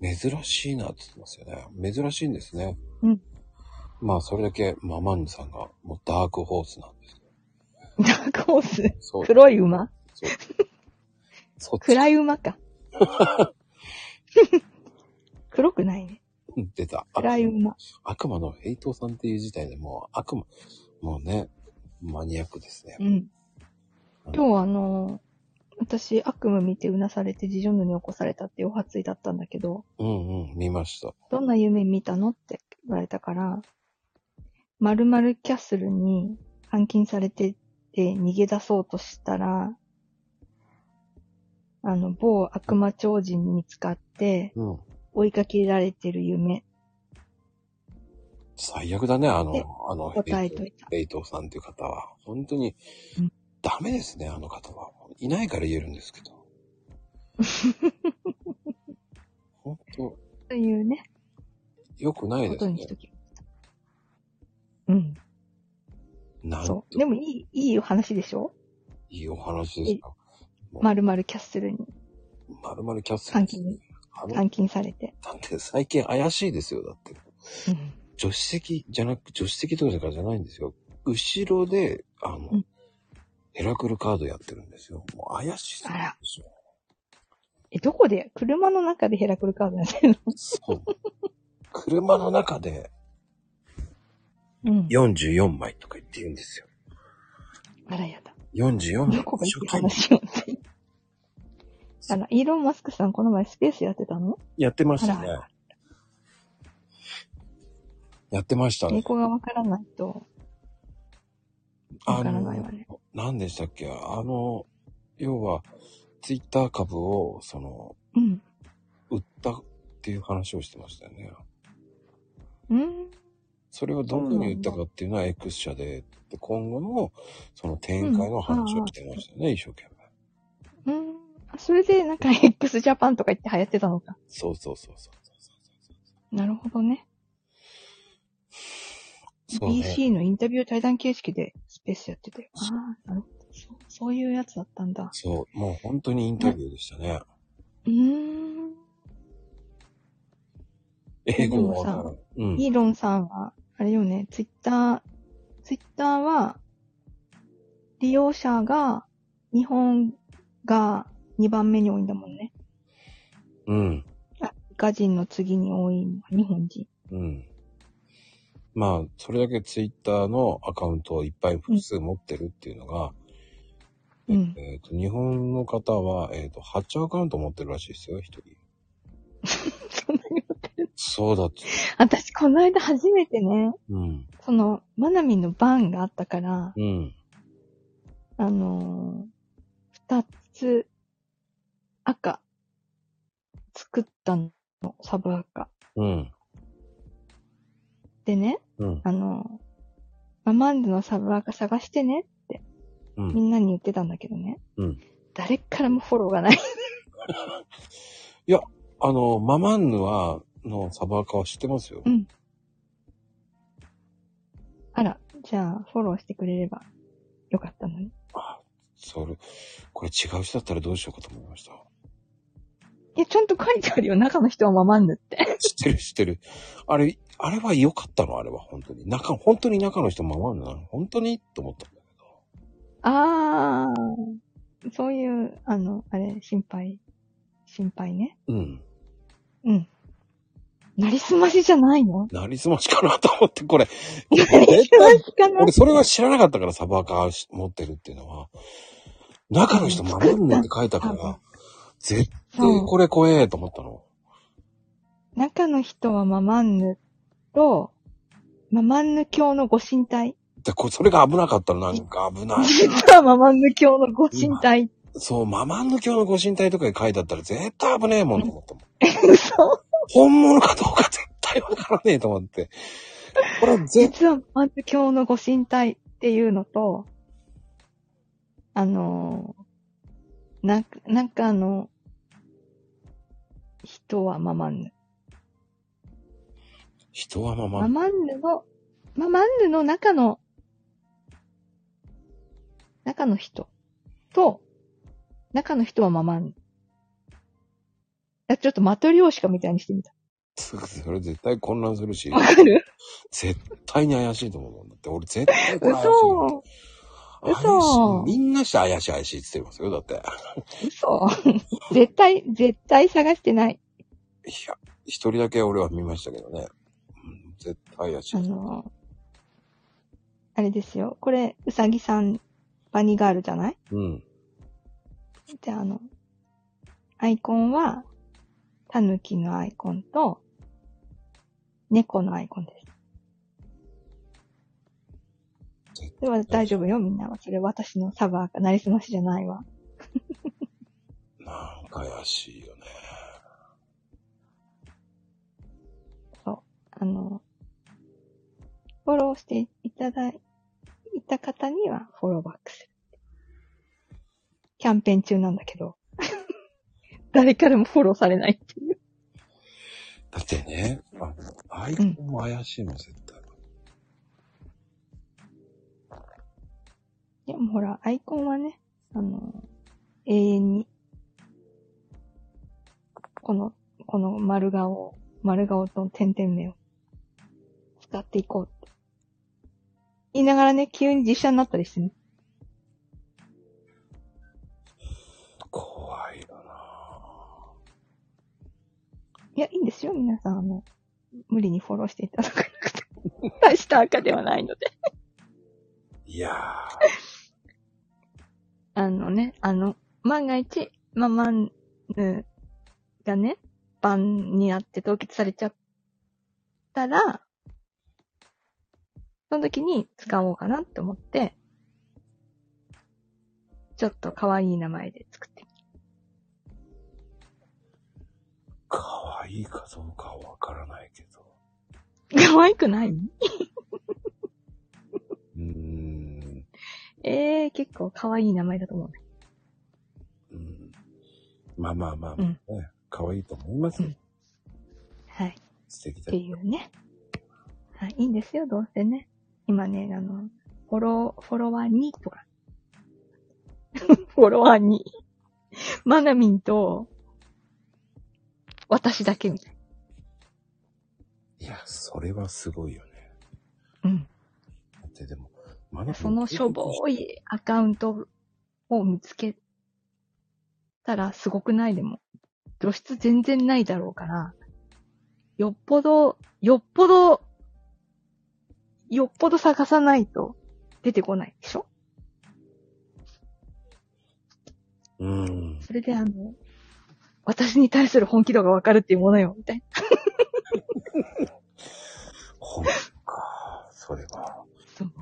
B: ね。珍しいなって言ってますよね。珍しいんですね。
C: うん
B: まあ、それだけママンヌさんがもうダークホースなんですよ。
C: ダークホース。
B: そう。
C: 黒い馬
B: そうそっち
C: 暗い 馬か。黒くないね。
B: 出た。
C: 暗い馬。
B: 悪魔のヘイトさんっていう事態でもう悪魔、もうね、マニアックですね
C: う。ん。今日あのー私、悪夢見てうなされて、次女のに起こされたっていうお初いだったんだけど、
B: うんうん、見ました。
C: どんな夢見たのって言われたから、〇〇キャッスルに監禁されてて逃げ出そうとしたら、あの、某悪魔超人に見つかって
B: うん。
C: 追いかけられてる夢、
B: 最悪だね、あ
C: で
B: の、あの、
C: 答えといた。
B: レイトさんという方は、本当に
C: うん、
B: ダメですね、あの方は。いないから言えるんです けど。本当、
C: というね、
B: 良くない
C: こ
B: で
C: と
B: す
C: に
B: ね
C: し。ときました。うん、
B: なんと
C: そう。でもいい、いいお話でしょ
B: いいお話ですか。
C: 〇〇キャッスルに
B: まるまるキャッスル
C: 監
B: ですね。
C: 禁、
B: あの、だ
C: 監禁されて。
B: って最近怪しいですよ、だって。
C: うん
B: 助手席じゃなく、助手席とかじゃないんですよ。後ろで、あの、
C: うん
B: ヘラクルカードやってるんですよ。もう怪しい
C: あら
B: ですよ。
C: え、どこで車の中でヘラクルカードやってる
B: そう。車の中で
C: のうん。
B: 44枚とか言って言うんですよ。
C: あらやだ。
B: 44枚
C: ど。こがい
B: 一生
C: い
B: 懸命
C: 話を。あの、イーロン・マスクさんこの前スペースやってたの
B: やってまし
C: あ
B: た
C: ら
B: ね。、やってました
C: 英
B: ね。
C: 語がわからないと、わ
B: あ
C: からない
B: の
C: わ、ね。
B: 何でしたっけあの、要は、ツイッター株を、その、
C: うん。
B: 売ったっていう話をしてましたよね。
C: うん。
B: それをどのように言ったかっていうのは X 社で、で今後のその展開の話をしてましたよね、一生懸命。
C: うん。あそれで、なんか X ジャパンとか言って流行ってたのか。
B: そうそうそうそうそうそうそう。
C: なるほどね。
B: そうね。
C: BC のインタビュー対談形式でスペースやってたよ。ああ、なるほど。そうそういうやつだったんだ。
B: そう、もう本当にインタビューでしたね。
C: うーん。
B: 英語もわから
C: で
B: ん。うん。
C: イーロンさんは、あれよね、ツイッター、ツイッターは、利用者が、日本が2番目に多いんだもんね。
B: うん。
C: アメリカ人の次に多いのは日本人。
B: うん。まあ、それだけツイッターのアカウントをいっぱい複数持ってるっていうのが、
C: うん。
B: えっ、と、日本の方は、えっ、と、8アカウント持ってるらしいですよ、一人。
C: そんなに
B: そうだっつ。
C: 私、この間初めてね、
B: うん。
C: その、マナミの番があったから、
B: うん。
C: あのー二つ、赤、作ったの、サブ赤。
B: うん。
C: でね、
B: うん。
C: あのーママンドのサブ赤探してね
B: う
C: み
B: ん。
C: んなに言ってたんだけどね。
B: うん
C: 誰からもフォローがない。
B: あの、ママンヌは、のサバカは知ってますよ。
C: うんあら、じゃあ、フォローしてくれればよかったのに。
B: それ、これ違う人だったらどうしようかと思いました。
C: いや、ちゃんと書いてあるよ。中の人はままんぬって。
B: 知ってる知ってる。あれ、あれは良かったのあれは本当に。中、本当に中の人ママンヌなの本当にと思ったんだけど。
C: あー。そういう、あの、あれ、心配。心配ね。
B: うん。
C: うん。なりすましじゃないの
B: なりすましかなと思って、これ。
C: なり
B: 絶
C: すま
B: 対、
C: しかな
B: 俺それは知らなかったから、サバカ持ってるっていうのは。中の人ママンヌって書いたか
C: 作った
B: ら、絶
C: そ
B: 対
C: う
B: これ怖えと思ったの。
C: 中の人はままんぬと、ままんぬ教のご神体。
B: で、こそれが危なかったらなんか危ない。
C: 実はままんぬ教のご神体。
B: そう、ママンの教のご神体とかに書いてあったら絶対危ねえもんと思ったもん。
C: 嘘
B: 本物かどうか絶対わからねえと思って。これ絶
C: 実は、まず今日のご神体っていうのと、あのー、な、なんかあの、人はママンヌ。
B: 人はママ
C: マ
B: ン。
C: マンヌの、ママンヌの中の、中の人と、中の人はママンヌ。あちょっとマトリョーシカみたいにしてみた。
B: それ絶対混乱するし、
C: わかる
B: 絶対に怪しいと思うもんだって。俺絶対これ怪しいもん
C: 嘘
B: 怪しい。
C: 嘘
B: みんなして怪しい怪しいって言ってますよ、だって。
C: 嘘 絶対、絶対探してない。
B: いや、一人だけ俺は見ましたけどね。うん、絶対怪し
C: あ
B: い。
C: の、あれですよ。これ、うさぎさん、バニーガールじゃない
B: うん。
C: で、あの、アイコンは、タヌキのアイコンと、猫のアイコンです。それは大丈夫よ、みんなは。それ私のサバーか、なりすましじゃないわ。
B: なんか怪しいよね。
C: あの、フォローしていただいた方には、フォローバックする。キャンペーン中なんだけど、 誰からもフォローされないっていう。
B: だってね、あの、アイコンも怪しいもん、絶対。
C: でもほら、アイコンはね、あの、永遠に、この、この丸顔、丸顔と点々目を使っていこうって。言いながらね、急に実写になったりしてね。
B: 怖いよない
C: や、いいんですよ、皆さん。あの、無理にフォローしていただかなくて。 大した赤ではないので。
B: いや
C: あのね、あの、万が一、ママンヌがね、バンになって凍結されちゃったら、その時に使おうかなって思って、ちょっと可愛い名前で作ってみ
B: ー、可愛いかどうかはわからないけど。
C: た。 可愛くない
B: うーん。
C: ええー、結構可愛い名前だと思うね。
B: うんまあまあまあ、
C: うん
B: ね、可愛いと思いますよ。
C: はい。
B: 素敵
C: っ
B: だ
C: て。いうね。はい、いいんですよ、どうせね。今ね、あの、フォロー、フォロワー2とか。 フォロワー2。マナミンと、私だけみたい
B: いや、それはすごいよね。
C: な。うん。
B: だってでも、マナ
C: そのしょぼーいアカウントを見つけたらすごくないでも。露出全然ないだろうから、よっぽど、よっぽど、よっぽど探さないと出てこないでしょ
B: うん。
C: それであの、私に対する本気度がわかるっていうものよ、みたいな。
B: ほんか。それは、
C: そう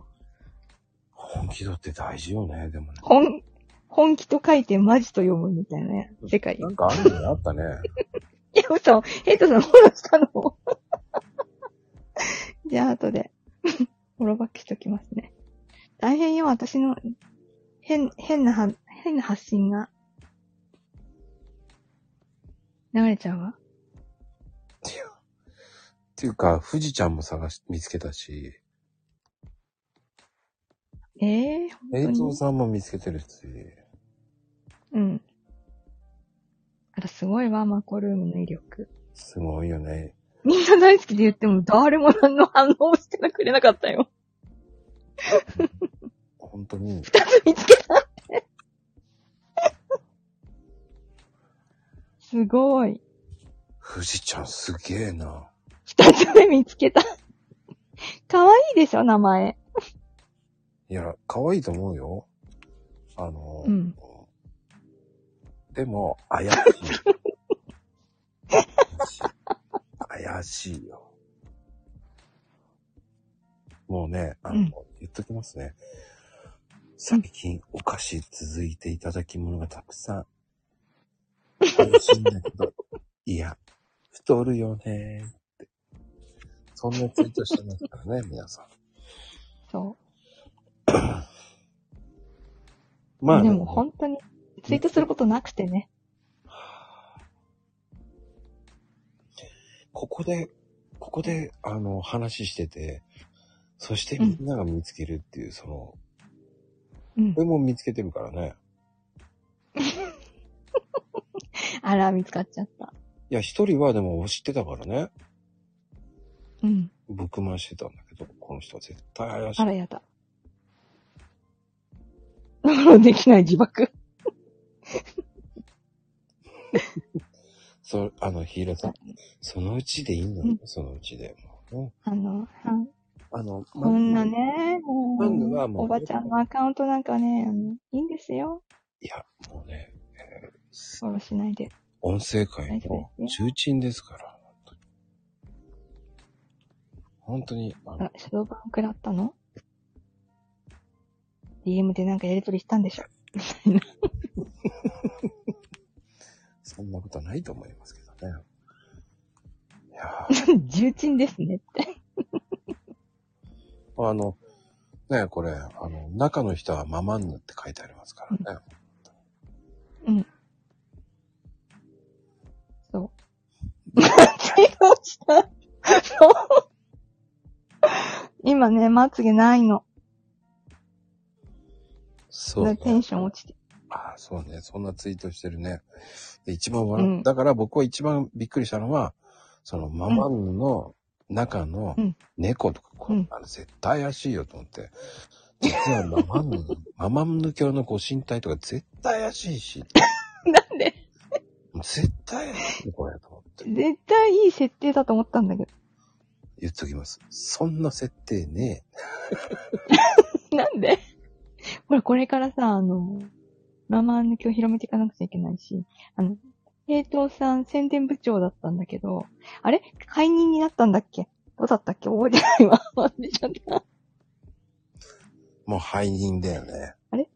B: 本気度って大事よね、でもね。
C: 本、本気と書いてマジと読むみたいなね世界。い
B: なんかあるのにあ ったね。
C: や、嘘。ヘイトさんフォローしたの じゃあ、後で、フォローバックしときますね。大変よ、私の、変、変なは、変な発信が。流れちゃうわ。
B: っていうか、富士ちゃんも探し、見つけたし、
C: ええ
B: 映
C: 本当
B: 像
C: に。
B: さんも見つけてるし、
C: うん。あら、すごいわ、マコルームの威力。
B: すごいよね。
C: みんな大好きで言っても、誰も何の反応もしてくれなかったよ。
B: 本当 に。
C: 見つけたって。すごい。
B: 富士ちゃんすげえな。
C: 二つ目見つけた。かわいいでしょ、名前。
B: いや、可愛いと思うよ。あの、
C: うん
B: でも、怪しい。怪しいよ。もうね、あの、
C: うん
B: 言っときますね。最近、お菓子続いていただき物がたくさん。美味しいんだけど、 いや、太るよねーって。そんなツイートしてますからね、皆さん。
C: そ
B: まあ
C: う。
B: ね、
C: でも本当に、ツイートすることなくてね。
B: ここで、ここで、あの、話してて、そしてみんなが見つけるっていう、その、
C: うん
B: これ。も見つけてるからね。
C: あら、見つかっちゃった。
B: いや、一人はでも知ってたからね。
C: うん。
B: ぶっくましてたんだけど、この人は絶対怪しい
C: あ。ら、やだ。フォローできない自爆。
B: そう、あの、ヒーローさん
C: は。
B: そのうちでいいの
C: う
B: よ
C: ん、
B: そのうちで。も
C: あの、はい。
B: うあの、
C: こんな。ね、も
B: マンゴーは
C: う、
B: もう
C: おばちゃんのアカウントなんかね、あのいいんですよ。
B: いや、もうね、
C: フォローしないで。
B: 音声界の重鎮ですから。本当に、本当にあの
C: あ、シャドーバン食らったの ?DM でなんかやりとりしたんでしょ みたいな。
B: そんなことはないと思いますけどね。いやー
C: 重鎮ですね って。
B: あの、ね、これ、あの、中の人はママンヌって書いてありますからね。
C: そう。間違えした。そう。今ね、まつげないの。
B: そ
C: だ
B: う、
C: テンション落ちて。
B: ああ、そうね。そんなツイートしてるね。で一番笑、
C: うん
B: だから僕は一番びっくりしたのは、そのママンヌの中の
C: うん
B: 猫とか、これ
C: うん
B: あれ絶対怪しいよと思って。実はママンヌ、 ママンヌ教のご神体とか絶対怪しいし、
C: なんで
B: 絶対怪しいよこれと思って。
C: 絶対いい設定だと思ったんだけ
B: 言っときます。そんな設定ねえ。
C: ど。 なんでほら、これからさ、あの、ママの今日広めていかなくちゃいけないし、あの、平等さん宣伝部長だったんだけど、あれ解任になったんだっけどうだったっけ覚えてないわ。忘れちゃった。
B: もう敗人だよね。
C: あれ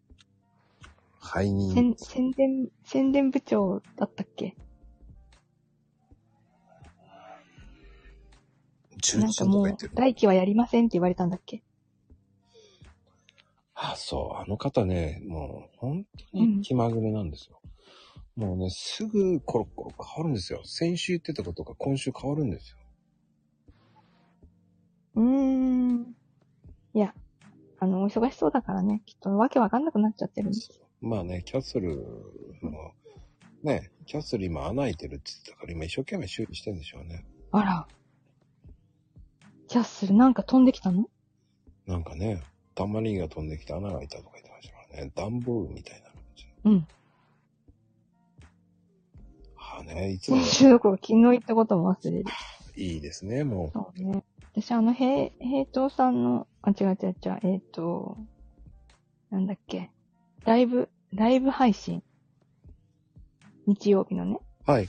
B: 敗人。
C: 宣宣伝、宣伝部長だったっけ
B: 重
C: なん
B: 鎮
C: か
B: と
C: も
B: か
C: う
B: 言ってる、の。
C: 来期はやりませんって言われたんだっけ
B: あ、そう。あの方ね、もう本当に気まぐれなんですよ。もうね、すぐコロコロ変わるんですよ。先週言ってたことが今週変わるんですよ。
C: うーん。いや、あの、お忙しそうだからね、きっとわけわかんなくなっちゃってるんですよ。
B: まあね、キャッスルも、ね、キャッスル今穴開いてるって言ってたから、今一生懸命修理してんでしょうね。
C: あら。キャッスルなんか飛んできたの
B: なんかね、玉ねぎが飛んできて穴が開いたとか言ってましたからね、段ボールみたいな感じ。
C: うん。
B: はあね、いつも
C: 先週の頃昨日言ったことも忘れる。
B: いいですね、も
C: そうね。私、あの、平、平等さんの、あ、違う違う違う、えっ、と、なんだっけ。ライブ、ライブ配信。日曜日のね、
B: う。はい。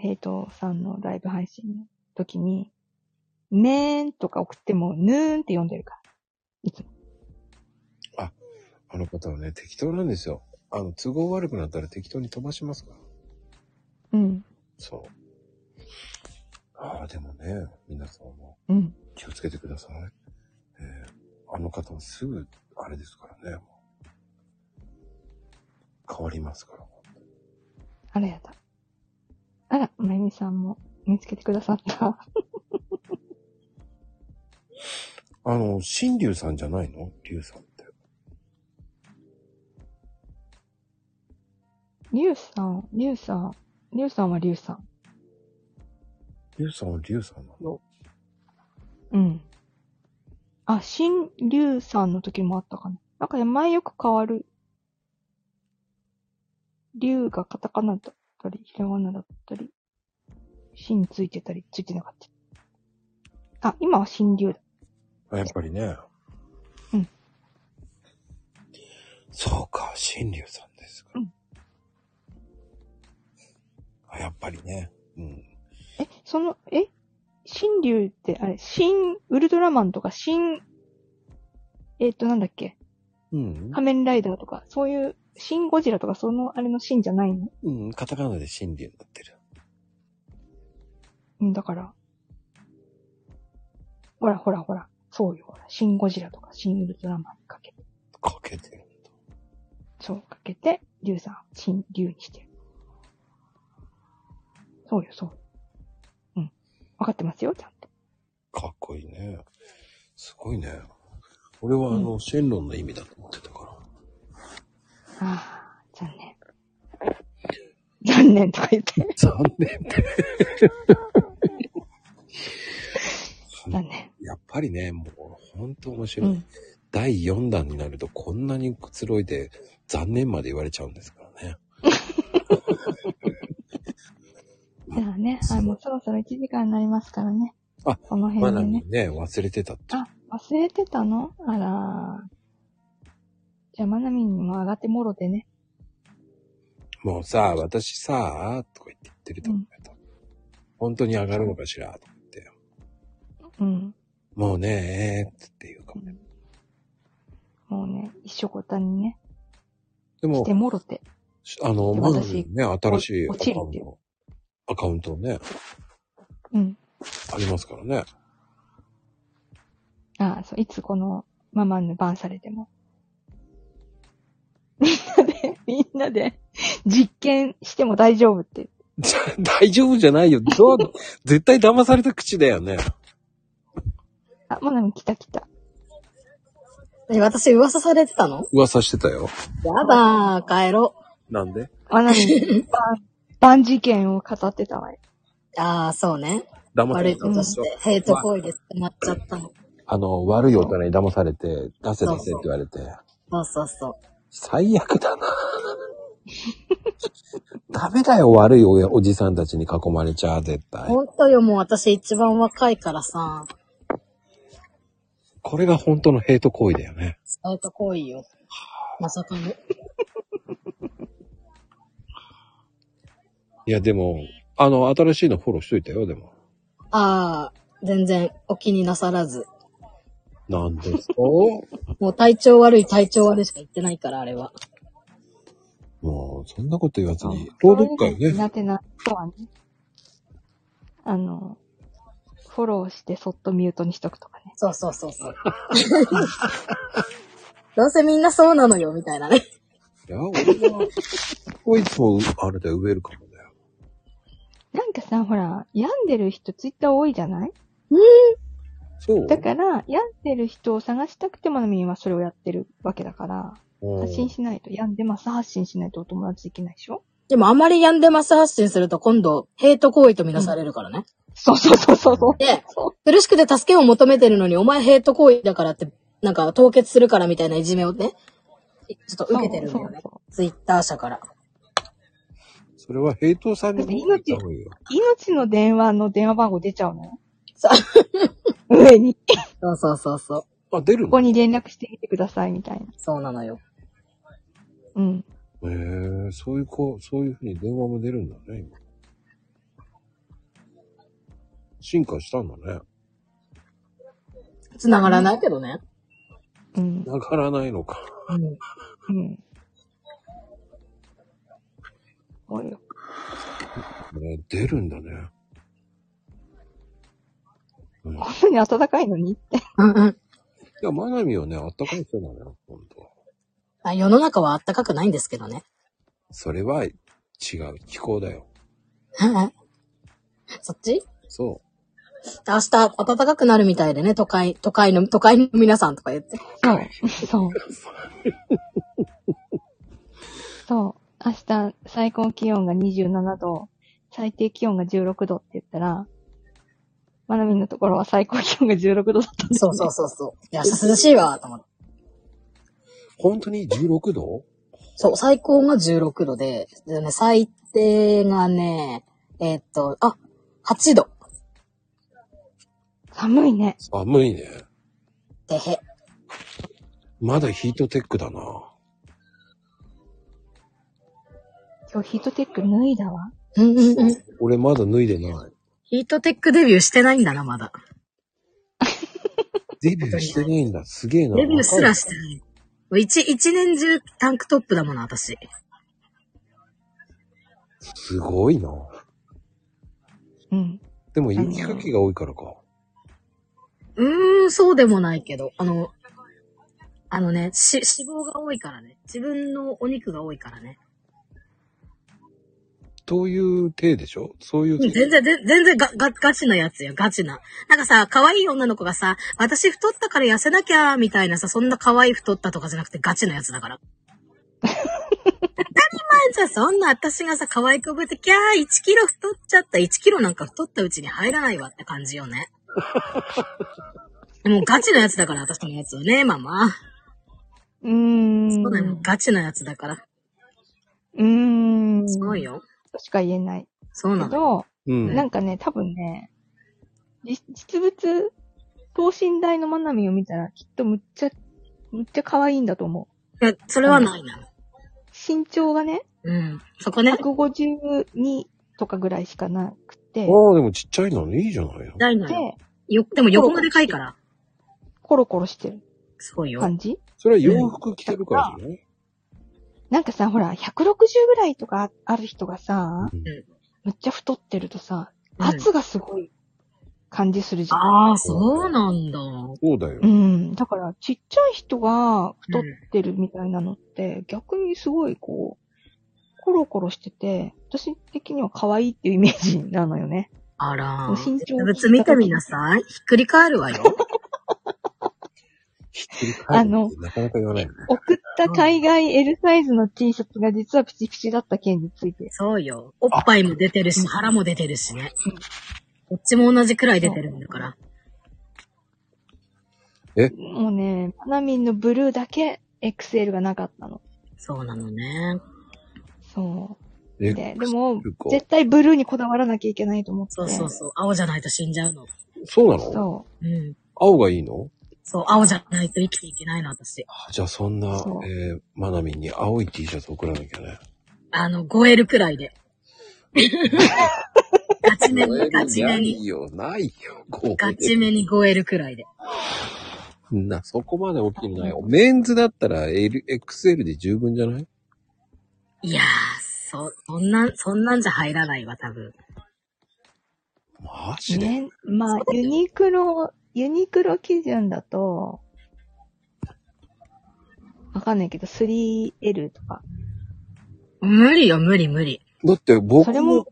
C: 平等さんのライブ配信の時に、めーんとか送っても、ぬーんって読んでるから。いつも。
B: あの方はね、適当なんですよ。あの、都合悪くなったら適当に飛ばしますから。
C: うん。
B: そう。ああ、でもね、皆さんも
C: うん。
B: 気をつけてください。えーあの方はすぐ、あれですからね、もう変わりますから。
C: あらやだ。あら、まゆみさんも見つけてくださった。
B: あの、新竜さんじゃないの竜さんって。
C: りゅうさん、りゅうさん、りゅうさんはりゅうさん。
B: 竜さんは竜さんなの
C: うん。あ、新竜さんの時もあったかな。なんか名前よく変わる。竜がカタカナだったり、ひらがなだったり、新ついてたり、ついてなかった。あ、今は新竜だ。
B: あやっぱりね。
C: うん。
B: そうか、新竜さんですか。
C: うん
B: あ、やっぱりね。うん。
C: え、その、え新竜って、あれ、新ウルトラマンとか、新、えっ、と、なんだっけ、
B: うん。
C: 仮面ライダーとか、そういう、新ゴジラとか、そのあれの新じゃないの
B: うん、カタカナで新竜になってる。
C: うん、だから。ほらほらほら。そうよ、ほら。シンゴジラとか、シンウルトラマンにかけて。
B: かけてるんだ。
C: そう、かけて、リュウさん、シン、リュウにしてる。そうよ、そうよ。うん。わかってますよ、ちゃんと。
B: かっこいいね。すごいね。俺はあの、シェンロンの意味だと思ってたから。
C: ああ、残念。残念とか言って。
B: 残 念って。
C: 残念。
B: やっぱりね、もう、ほんと面白
C: う
B: い。
C: ん。
B: 第4弾になるとこんなにくつろいで残念まで言われちゃうんですからね。
C: じゃあね、あもうそろそろ1時間になりますからね。
B: あ
C: この
B: ま
C: 辺
B: な
C: で
B: み
C: ね。
B: にね、忘れてたって。
C: あ、忘れてたのあらー。じゃあ、まなみんにも上がってもろてね。
B: もうさ、私さ、とか言って言ってると思うと、本当に上がるのかしら、とか言って。
C: うん。
B: もうね、えー、っていうかもね。
C: もうね、一緒ごたにね、
B: でも
C: して、もろて。
B: あの、
C: で
B: まな
C: 私
B: みにね、新しいア
C: 落
B: カ
C: ちる
B: ウ
C: っ
B: ン
C: てい
B: ト、アカウントね、
C: うん。
B: ありますからね。
C: ああ、そう、いつこのママにバンされても。 みんなで、みんなで、実験しても大丈夫って。
B: じゃ大丈夫じゃないよ。どう絶対騙された口だよね。
C: あ、まなみ来た来た。
A: え、私噂されてたの
B: 噂してたよ。
A: やだー、帰ろ。
B: なんで
C: まなみ、バン、バン事件を語ってたわよ。
A: ああ、そうね。
B: 騙さ
A: 悪
B: れ
A: い
B: た
A: こ
B: ん
A: と
B: で
A: し
B: しょ
A: て、ヘイト行為で捕まっちゃったの。
B: あの、悪い大人に騙されて、出せ出せって言われて、
A: そうそうそ
B: 最悪だな。 ダメだよ、悪いおやおじさんたちに囲まれちゃ、絶
A: う。
B: 対。
A: ほんとよ、もう私一番若いからさ、
B: これが本当のヘイト行為だよね。
A: ヘイト行為よ。まさかの。
B: いや、でも、あの、新しいのフォローしといたよ、でも。
A: ああ、全然お気になさらず。
B: なん ですか
A: もう体調悪い体調悪いしか言ってないから、あれは。
B: もう、そんなこと言わずに、朗読会ね。
C: 苦手な人はね、あの、フォローしてそっとミュートにしとくとかね。
A: そうそうそう そう。どうせみんなそうなのよ、みたいなね。
B: いや、俺は、こいつも、あれだよ、ウェルカムだよ。
C: なんかさ、ほら、病んでる人ツイッター多いじゃない
B: そう。
C: だから、病んでる人を探したくて、まなみんはそれをやってるわけだから、
B: うん
C: 発信しないと、病んでます発信しないとお友達できないでしょ
D: でもあまり病んでます発信すると今度、ヘイト行為とみなされるからね。
C: そうそうそうそ うそう。
D: で
C: そ、
D: 苦しくて助けを求めてるのに、お前ヘイト行為だからって、なんか凍結するからみたいないじめをね、ちょっと受けてるんだよね
C: そうそ。
D: ツイッター社から。
B: それは平等さんに言った方がいいよ。
C: 命の電話の電話番号出ちゃうの
D: さ
C: 上に。
D: そうそうそうそう。
B: あ、出る
C: ここ
B: のへ
C: に連絡してみてくださいみたいな。
D: そうなのよ。
C: うん。
B: えそういう子、そういうふうに電話も出るんだね、今。進化したんだね。
D: 繋がらないけどね。
C: うん。
B: なからないのか。
D: うん。
C: うん。おいよ。
B: ね、出るんだね。うん、い
C: こんなに暖かいのにって。
D: うんうん。
B: や、マナミはね、あったかい人なのよ、本当は。
D: あ世の中はあったかくないんですけどね。
B: それは違う気候だよ。
D: そっち
B: そ
D: 明日暖かくなるみたいでね、都会、都会の、都会の皆さんとか言って。
C: そう。そう。そう。明日、最高気温が27度、最低気温が16度って言ったら、まなみんのところは最高気温が16度だったんです
D: そうそうそうそう。 いや、明日涼しいわ、と思って。
B: う。本当に16度
D: そう、最高が16度で、でね、最低がね、えーっと、あ、8度。
C: 寒いね。
B: 寒いね。
D: てへ。
B: まだヒートテックだな。
C: 今日ヒートテック脱いだわ。
D: うんうんうん。
B: 俺まだ脱いでない。
D: ヒートテックデビューしてないんだな、まだ。
B: デビューしてないんだ。すげえな。
D: デビューすらしてない。一、一年中タンクトップだもの、私。
B: すごいな。
C: うん。
B: でも雪かきが多いからか。
D: うーん、そうでもないけど、あの、あのね、し、脂肪が多いからね。自分のお肉が多いからね。
B: そういう体でしょそういう
D: うん全然、全全然が、が、ガチなやつよ、ガチな。なんかさ、可愛い女の子がさ、私太ったから痩せなきゃー、みたいなさ、そんな可愛い太ったとかじゃなくてガチなやつだから。当たり前じゃん、そんな私がさ、可愛く覚えて、キャー、1キロ太っちゃった、1キロなんか太ったうちに入らないわって感じよね。でもガチなやつだから、私のやつはね、ママ。
C: うーん。
D: そうだよ、ガチなやつだから。
C: うーん。
D: すごい。よ。
C: としか言えない。
D: そう
C: け
D: なの。
C: ど、
B: うん。
C: なんかね、多分ね、実実物、等身大のマナミを見たら、きっとむっちゃ、むっちゃ可愛いんだと思う。
D: いや、それはないな。
C: 身長がね、
D: うん。そこね、
C: 152とかぐらいしかなくて、
B: ああ、でもちっちゃいのねいいじゃないの。
D: ないのよ。
C: で、
D: よ、でも横がでかいから。
C: コロコロしてる
D: すごいよ。
C: 感じ
B: それは洋服着てるからじゃない
C: なんかさ、ほら、160ぐらいとかある人がさ、
B: うん
C: むっちゃ太ってるとさ、
D: うん
C: 圧がすごい感じするじゃん。
D: ああ、そうなんだ。
B: そうだよ
C: う。ん。だから、ちっちゃい人が太ってるみたいなのって、逆にすごいこう、コロコロしてて、私的には可愛いっていうイメージなのよね。
D: あら
C: お。身長
D: 実物見てみなさい。ひっくり返るわよ。
B: ひっくり返る
C: あ
B: っ
C: の
B: てなかなか言わないよね。
C: 送った海外 L サイズの T シャツが実はプチプチだった件について。
D: そうよ。おっぱいも出てるし、腹も出てるしね。どっちも同じくらい出てるんだから。
C: もうね、パナミンのブルーだけ XL がなかったの。
D: そうなのね。
C: そう。
B: え
C: で、でも
B: 結構、
C: 絶対ブルーにこだわらなきゃいけないと思って。
D: そうそうそう。青じゃないと死んじゃうの。
B: そうなの
C: そ
D: うん。
B: 青がいいの
D: そう、青じゃないと生きていけないの、私。
B: あじゃあそんな
C: そ、う
B: えー、マナミに青い T シャツ送らなきゃね。
D: あの、5L くらい で。ガチめに、ガチめ
B: ない
D: に、
B: よ、ないよ、こう
D: ガチめに 5L くらいで。
B: な、そこまで大きくない。メンズだったら L、XL で十分じゃない
D: いやー、そ、そんな、そんなんじゃ入らないわ、多分。
B: マ
C: う。
B: ジで、
C: ね、まあ、ユニクロ、ユニクロ基準だと、わかんないけど、3L とか。
D: 無理よ、無理、無理。
B: だって僕
C: それ
B: の
C: も、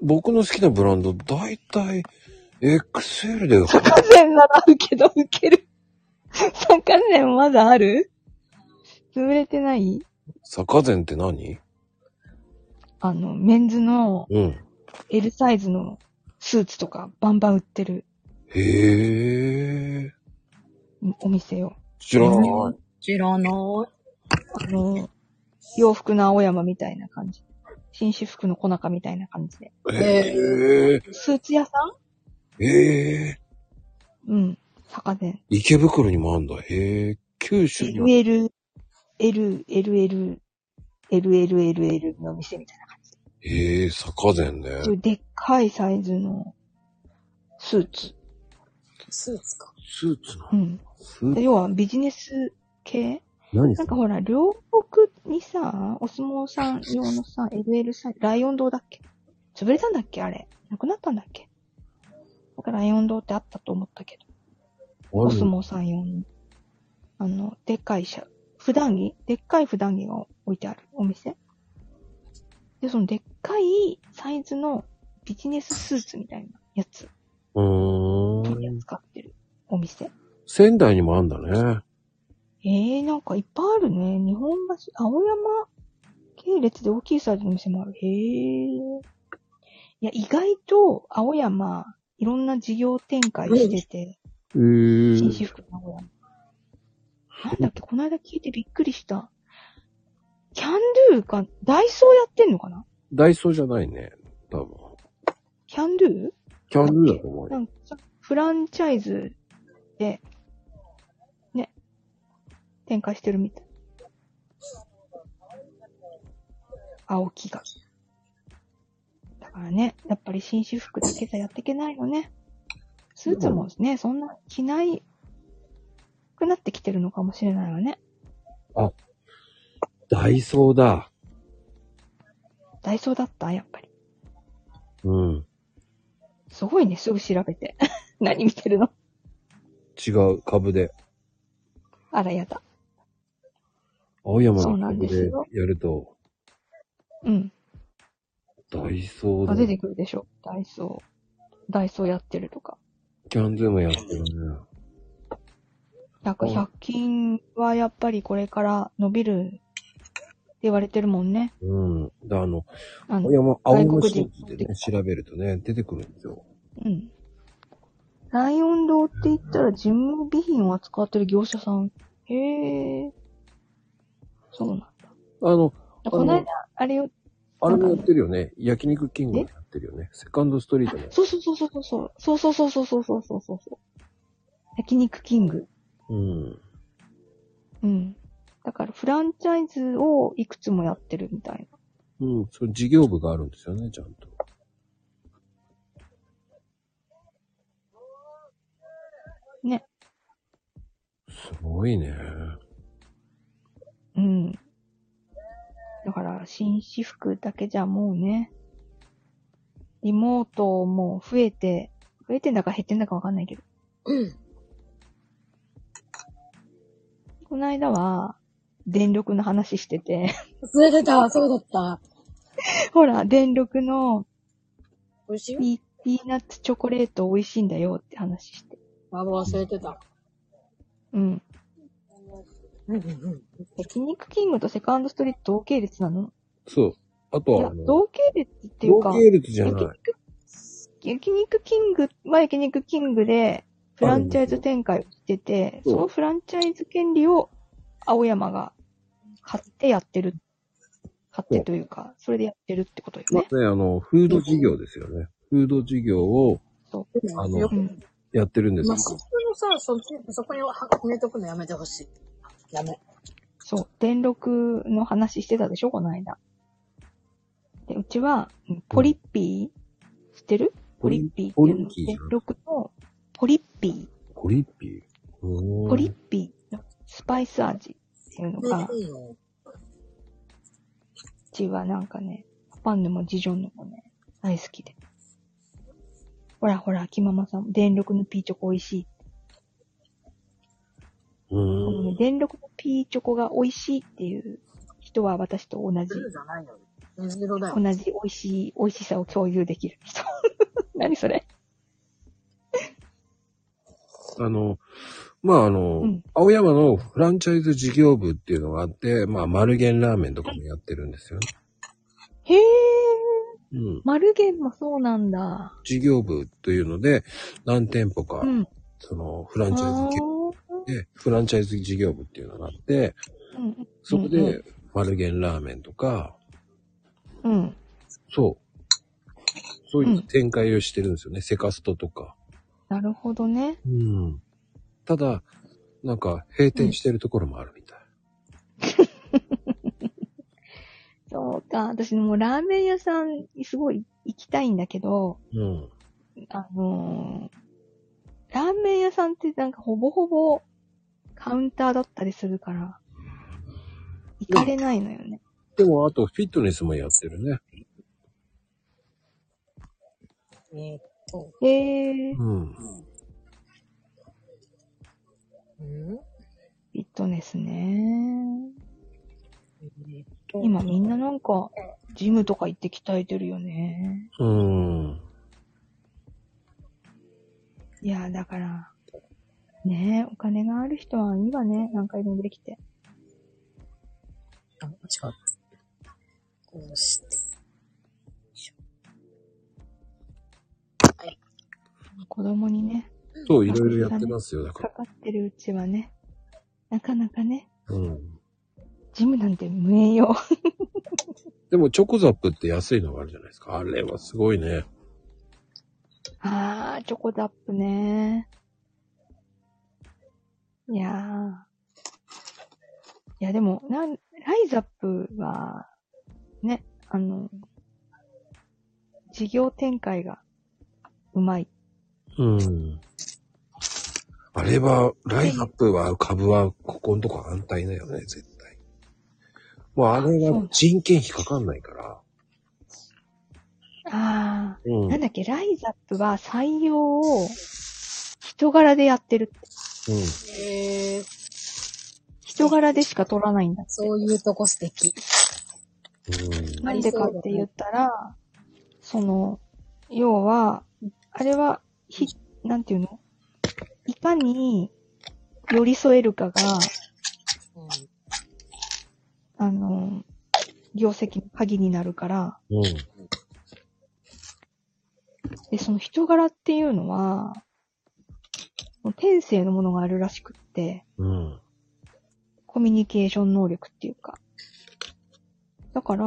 B: 僕の好きなブランド、だいたい XL で、
C: 3関連ならあるけど、受ける。3関連まだある潰れてない
B: 坂膳って何
C: あの、メンズの
B: うん。
C: L サイズのスーツとかバンバン売ってる
B: へえ。
C: お店よ。
B: 知らない。
D: 知らない。
C: あの、洋服の青山みたいな感じ。紳士服の小中みたいな感じで。
B: へ
C: スーツ屋さ
B: え。へえ。
C: んうん。坂で。
B: 池袋にもあんだ。へえ。九州にも。
C: LL、L、LL、LLLL の店みたいな感じ。
B: へえ、坂膳ね。
C: そういうでっかいサイズのスーツ。
D: スーツか。
B: スーツの。
C: うん。
B: スーツ
C: 要はビジネス系
B: 何
C: な
B: そ
C: ん
B: れ
C: かほら、両国にさ、お相撲さん用のさ、LL サイズ、ライオン堂だっけ潰れたんだっけあれ。なくなったんだっけなんかライオン堂ってあったと思ったけど。お相撲さん用に。あの、でっかい車、普段着でっかい普段着が置いてあるお店。で、そのでっかいサイズのビジネススーツみたいなやつ
B: う
C: 取り
B: ーん。
C: 扱ってるお店。
B: 仙台にもあんだね。
C: ええー、なんかいっぱいあるね。日本橋、青山系列で大きいサイズの店もある。へえ。いや、意外と青山、いろんな事業展開してて、
B: へえ
C: 紳士服の青山。なんだっけ、この間聞いてびっくりした。キャンドゥか、ダイソーやってんのかな
B: ダイソーじゃないね。多分。
C: キャンドゥ
B: キャンドゥだと思うよ。
C: なんか、フランチャイズで、ね、展開してるみたい。青木が。だからね、やっぱり紳士服だけじゃやっていけないのね。スーツもね、そんな着ないくなってきてるのかもしれないわね。
B: ダイソーだ。
C: ダイソーだったやっぱり。
B: うん。
C: すごいね、すぐ調べて。 何見てるの
B: 違う、株で。
C: あら、やだ。
B: 青山
C: そう
B: の
C: なん
B: 株
C: です
B: で
C: よ
B: やると、
C: うん。
B: ダイソ
C: あ
B: ー
C: 出
B: で、
C: てくるでしょ。ダイソー。ダイソーやってるとか。
B: キャンドゥもやってるね。
C: なんか
B: うん
C: 100均はやっぱりこれから伸びるって言われてるもんね。
B: うん。で、あの、
C: あ
B: 青
C: の、
B: 山、青山
C: 外
B: 新
C: 国人
B: 規でね、調べるとね、出てくるんですよ。
C: うん。ライオン堂って言ったら事務備品を扱ってる業者さん。へえ。そうなんだ。
B: あの、
C: この間、あれよ、
B: あれもやってるよね。焼肉キングもやってるよね。セカンドストリートも。
C: そうそうそうそうそう、そうそうそうそうそうそうそうそうそう。焼肉キング。
B: うん。
C: うん。だからフランチャイズをいくつもやってるみたいな。
B: うん。そう、事業部があるんですよね、ちゃんと。
C: ね。
B: すごいね。
C: うん。だから、紳士服だけじゃもうね、リモートも増えて、増えてんだか減ってんだかわかんないけど、
D: うん。
C: この間は、電力の話してて、
D: 忘れてた、そうだった。
C: ほら、電力の
D: 美味しい
C: ピピーナッツチョコレート美味しいんだよって話して。
D: あ、もう忘れてた。
C: うん。
D: うんうんうん。
C: 焼肉キングとセカンドストリート同系列なの
B: そう。あと
C: い
B: は、
C: や
B: あの、
C: 同系列っていうか、
B: 同系列じゃない。
C: 焼肉キングは焼肉キングで、フランチャイズ展開をしてて、
B: そう
C: そのフランチャイズ権利を青山が買ってやってる。買ってというか、それでやってるってことよ
B: ま
C: ね。
B: あね、あの、フード事業ですよね。フード事業をあの
D: よ
C: う
D: く
C: ん、
B: やってるんです
D: ま
B: よ
D: あ、。そこのさ、そっち、そこには埋めとくのやめてほしい。やめ。
C: そう。電力の話してたでしょこの間。で、うちは、うんポリッピー、知ってるポリッピーって
B: ポ
C: い
B: リ
C: う
B: ッ
C: の。
B: ピーじゃ
C: 電
B: ん。
C: 力のポリッピー、
B: ポリッピー。うーん
C: ポリッピーのスパイス味っていうのが、
D: いいよ。
C: うちはなんかね、パンでもジジョンのもね、大好きで。ほらほら、秋ママさん、電力のピーチョコ美味しい。
B: う
C: こ
B: ーん。
C: のね、電力のピーチョコが美味しいっていう人は私と同じ、
D: ブルーじゃないよ。水色だよ。
C: 同じ美味しい、美味しさを共有できる人。何それ
B: あの、まああの、
C: うん
B: 青山のフランチャイズ事業部っていうのがあって、まあ丸源ラーメンとかもやってるんですよね。
C: へえ、
B: うん。
C: 丸源もそうなんだ。
B: 事業部というので、何店舗か、
C: うん。
B: そのフランチャ
C: あ
B: イズ
C: ー
B: 系で、フランチャイズ事業部っていうのがあって、
C: うん。
B: そこ
C: うんう
B: で丸源ラーメンとか、
C: うん。
B: そう。そういううん展開をしてるんですよね。セカストとか。
C: なるほどね。
B: うん。ただ、なんか閉店してるところもあるみたい。
C: そうか。私もうラーメン屋さんにすごい行きたいんだけど、
B: うん。
C: あのー、ラーメン屋さんってなんかほぼほぼカウンターだったりするから、行かれないのよね。
B: でも、あと、フィットネスもやってるね。
D: えーっと、
C: へえ、
B: うん。
D: うん
C: フィットネスね。
D: えーっと
C: 今みんななんか、ジムとか行って鍛えてるよね。
B: うん。
C: いや、だから、ねえ、お金がある人はいいわね。何回でもできて。
D: あ、間違った。こうして。よいしょはい。
C: 子供にね、
B: そう、いろいろやってますよ、だか。
C: からかってるうちはね、なかなかね、
B: うん。
C: ジムなんて無縁よ。
B: でも、チョコザップって安いのがあるじゃないですか。あれはすごいね。
C: あー、チョコザップね。いやー。いや、でも、なん、ライザップは、ね、あの、事業展開がうまい。
B: うん。あれは、ライザップは、株は、ここのとこ安泰だよね、絶対。もう、あれは人件費かかんないから。
C: あ
B: う
C: ー、
B: ん
C: なん。だっけ、ライザップは採用を人柄でやってる。
B: うん。
D: えー、
C: 人柄でしか取らないんだ。
D: そういうとこ素敵。
B: うん
C: なんでかって言ったら、その、要は、あれは、ひ、なんていうのいかに寄り添えるかが、
D: うん。
C: あの、業績の鍵になるから、
B: うん。
C: で、その人柄っていうのは、もう天性のものがあるらしくって、
B: うん。
C: コミュニケーション能力っていうか。だから、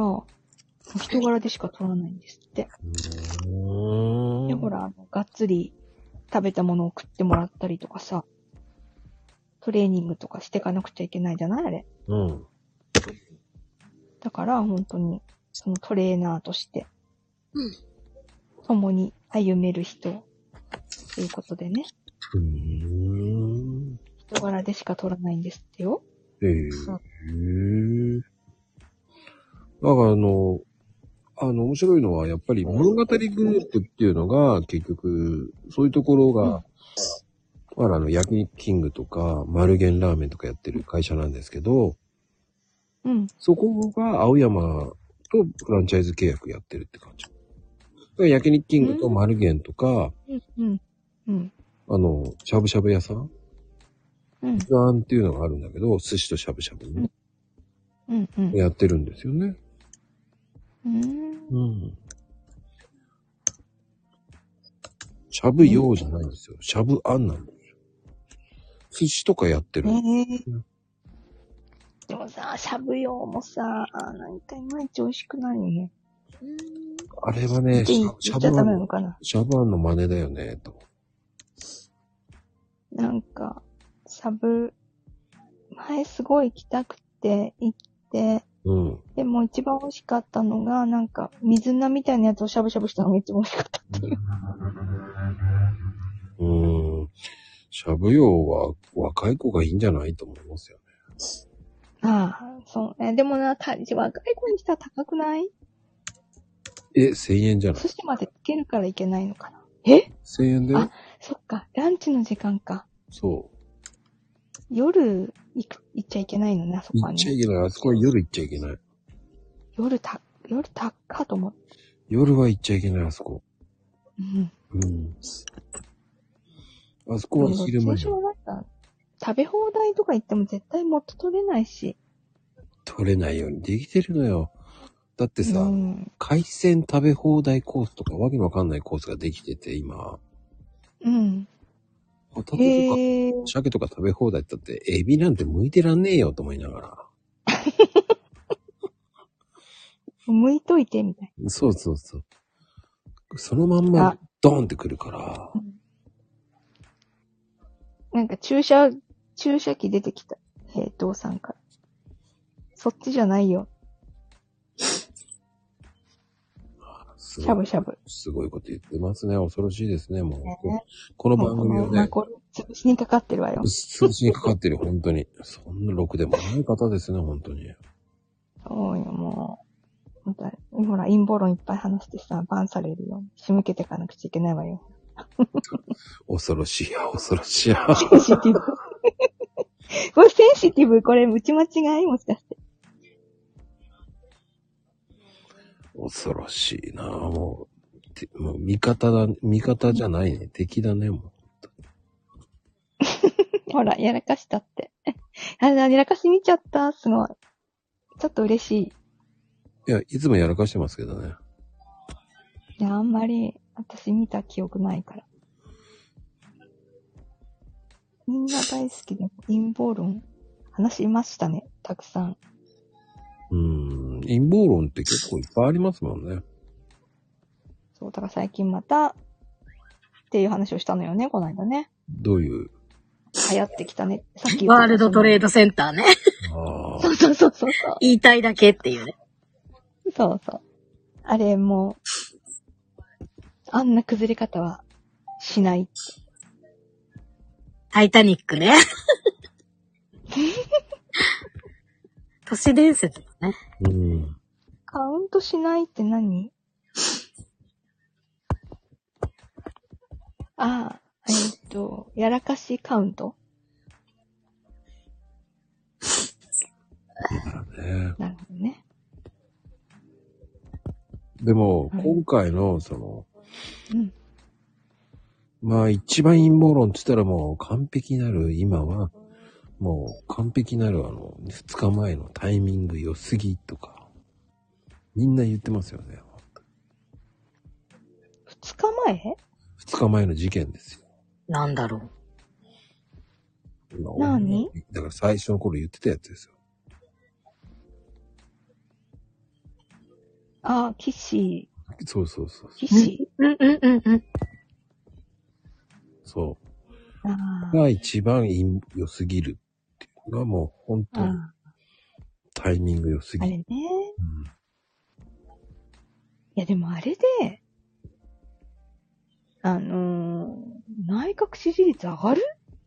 C: 人柄でしか取らないんですって。
B: うん。
C: で、ほら、あのがっつり食べたものを食ってもらったりとかさ、トレーニングとかしていかなくちゃいけないじゃないあれ。
B: うん。
C: だから、本当に、そのトレーナーとして、共に歩める人、ということでね、
B: うん。
C: 人柄でしか取らないんですってよ。
B: へえ。へえ。だからあの、あの、面白いのは、やっぱり物語グループっていうのが、結局、そういうところが、まあ、あの、焼肉キングとか、丸源ラーメンとかやってる会社なんですけど、
C: うん。
B: そこが青山とフランチャイズ契約やってるって感じ。だから焼肉キングと丸源とか、
C: うん。うん。うん。
B: あの、しゃぶしゃぶ屋さん
C: うん。
B: ガーンっていうのがあるんだけど、寿司としゃぶしゃぶね、
C: うん。うん。
B: やってるんですよね。
C: うん。
B: うん。しゃぶ用じゃないんですよ。しゃぶあんなんですよ。寿司とかやってる。
C: ねえ。でもさ、しゃぶ用もさ、なんかいまいち美味しくないよね。
B: あれはね、
C: って
B: し
C: 言
B: ゃ
C: っ
B: し
C: ち
B: ゃ
C: ゃ
B: ぶあん
C: ダメな
B: の
C: の、かな。
B: しゃぶあんの真似だよね、と。
C: なんか、しゃぶ、前すごい行きたくて行って、
B: うん。
C: でも一番美味しかったのが、なんか、水菜みたいなやつをしゃぶしゃぶしたのが一番美味しかった。
B: うーん。しゃぶ用は若い子がいいんじゃないと思いますよね。
C: ああ、そうね。でもな、た若い子にしたら高くない
B: え、1000円じゃない
C: 寿司までつけるからいけないのかな。え
B: ?1000 円だよ
C: あ。そっか、ランチの時間か。
B: そ。
C: 夜行く、行っちゃいけないのね、あそう
B: 行
C: こは
B: っちゃ
C: ね。
B: いけない。あそこは夜行っちゃいけない。
C: 夜た、夜たっかと思って。
B: 夜は行っちゃいけない、あそこ。
C: うん。
B: うん。あそこは昼間
C: 通
B: に
C: 常なんか、食べ放題とか行っても絶対元取れないし。
B: 取れないようにできてるのよ。だってさ、
C: うん。
B: 海鮮食べ放題コースとかわけのわかんないコースができてて、今。
C: うん。
B: ホタテとか、
C: へえ。
B: 鮭とか食べ放題って言ったって、エビなんて向いてらんねえよと思いながら。
C: 剥いといて、みたい
B: そうそうそう。そのまんま
C: あ、
B: ドーンってくるから。
C: な。なんか注射、注射器出てきた。えー、さんから。そっちじゃないよ。
B: す
C: し
B: ご
C: ゃぶ
B: い
C: しゃぶ。
B: すごいこと言ってますね。恐ろしいですね、もう。
C: ね
B: この
C: もう
B: 番
C: こ
B: 組
C: の
B: をね
C: マ、コル潰しにかかってるわよ。
B: 通知にかかってる、本当に。そんなろくでもない方ですね、本当に。
C: そうよ、もう。また、ほら、陰謀論いっぱい話してさ、バンされるよ。仕向けていかなくちゃいけないわよ。
B: 恐ろしいや、恐ろしいや。
C: センシテ ィブ。これセンシティブ、これ打ち間違いもしかして。
B: 恐ろしいなもう。てもう味方だ、味方じゃないね。敵だね、も
C: ほら、やらかしたって。あれだ、やらかし見ちゃった、すごい。ちょっと嬉し
B: う。
C: い。
B: いや、いつもやらかしてますけどね。
C: いや、あんまり、私見た記憶ないから。みんな大好きで、陰謀論、話しましたね、たくさん。
B: うーん、陰謀論って結構いっぱいありますもんね。
C: そう、だから最近また、っていう話をしたのよね、この間ね。
B: どういう。
C: 流行ってきたね。さっき言ってた
D: ワールドトレードセンターね。
B: あ
C: そうそうそうそうそう。
D: 言いたいだけっていうね。
C: そうそう。あれもう、あんな崩れ方はしない。
D: タイタニックね。 都市伝説だね。
B: あ。うん。
C: カウントしないって何ああ、えーっと、やらかしカウント
B: ね、
C: なるほどね。
B: でも、
C: はい
B: 今回の、その、
C: うん。
B: まあ一番陰謀論って言ったらもう完璧なる今は、もう完璧なるあの、2日前のタイミング良すぎとか、みんな言ってますよね。
C: 二日前
B: 2日前の事件ですよ。
D: なんだろう。
B: 今
C: 何
B: だから最初の頃言ってたやつですよ。
C: ああ、騎士、
B: そうそうそう。
C: 騎士。
D: うんうんうんうん。
B: そ
C: あ
B: う。が一番陰良すぎるっていうのがもう本
C: あ、
B: 当に
C: あ
B: タイミング良す
C: ああ
B: ぎ
C: れ
B: る。
C: ね。
B: うん
C: いや、でもあれで、あのー内閣支持率上がる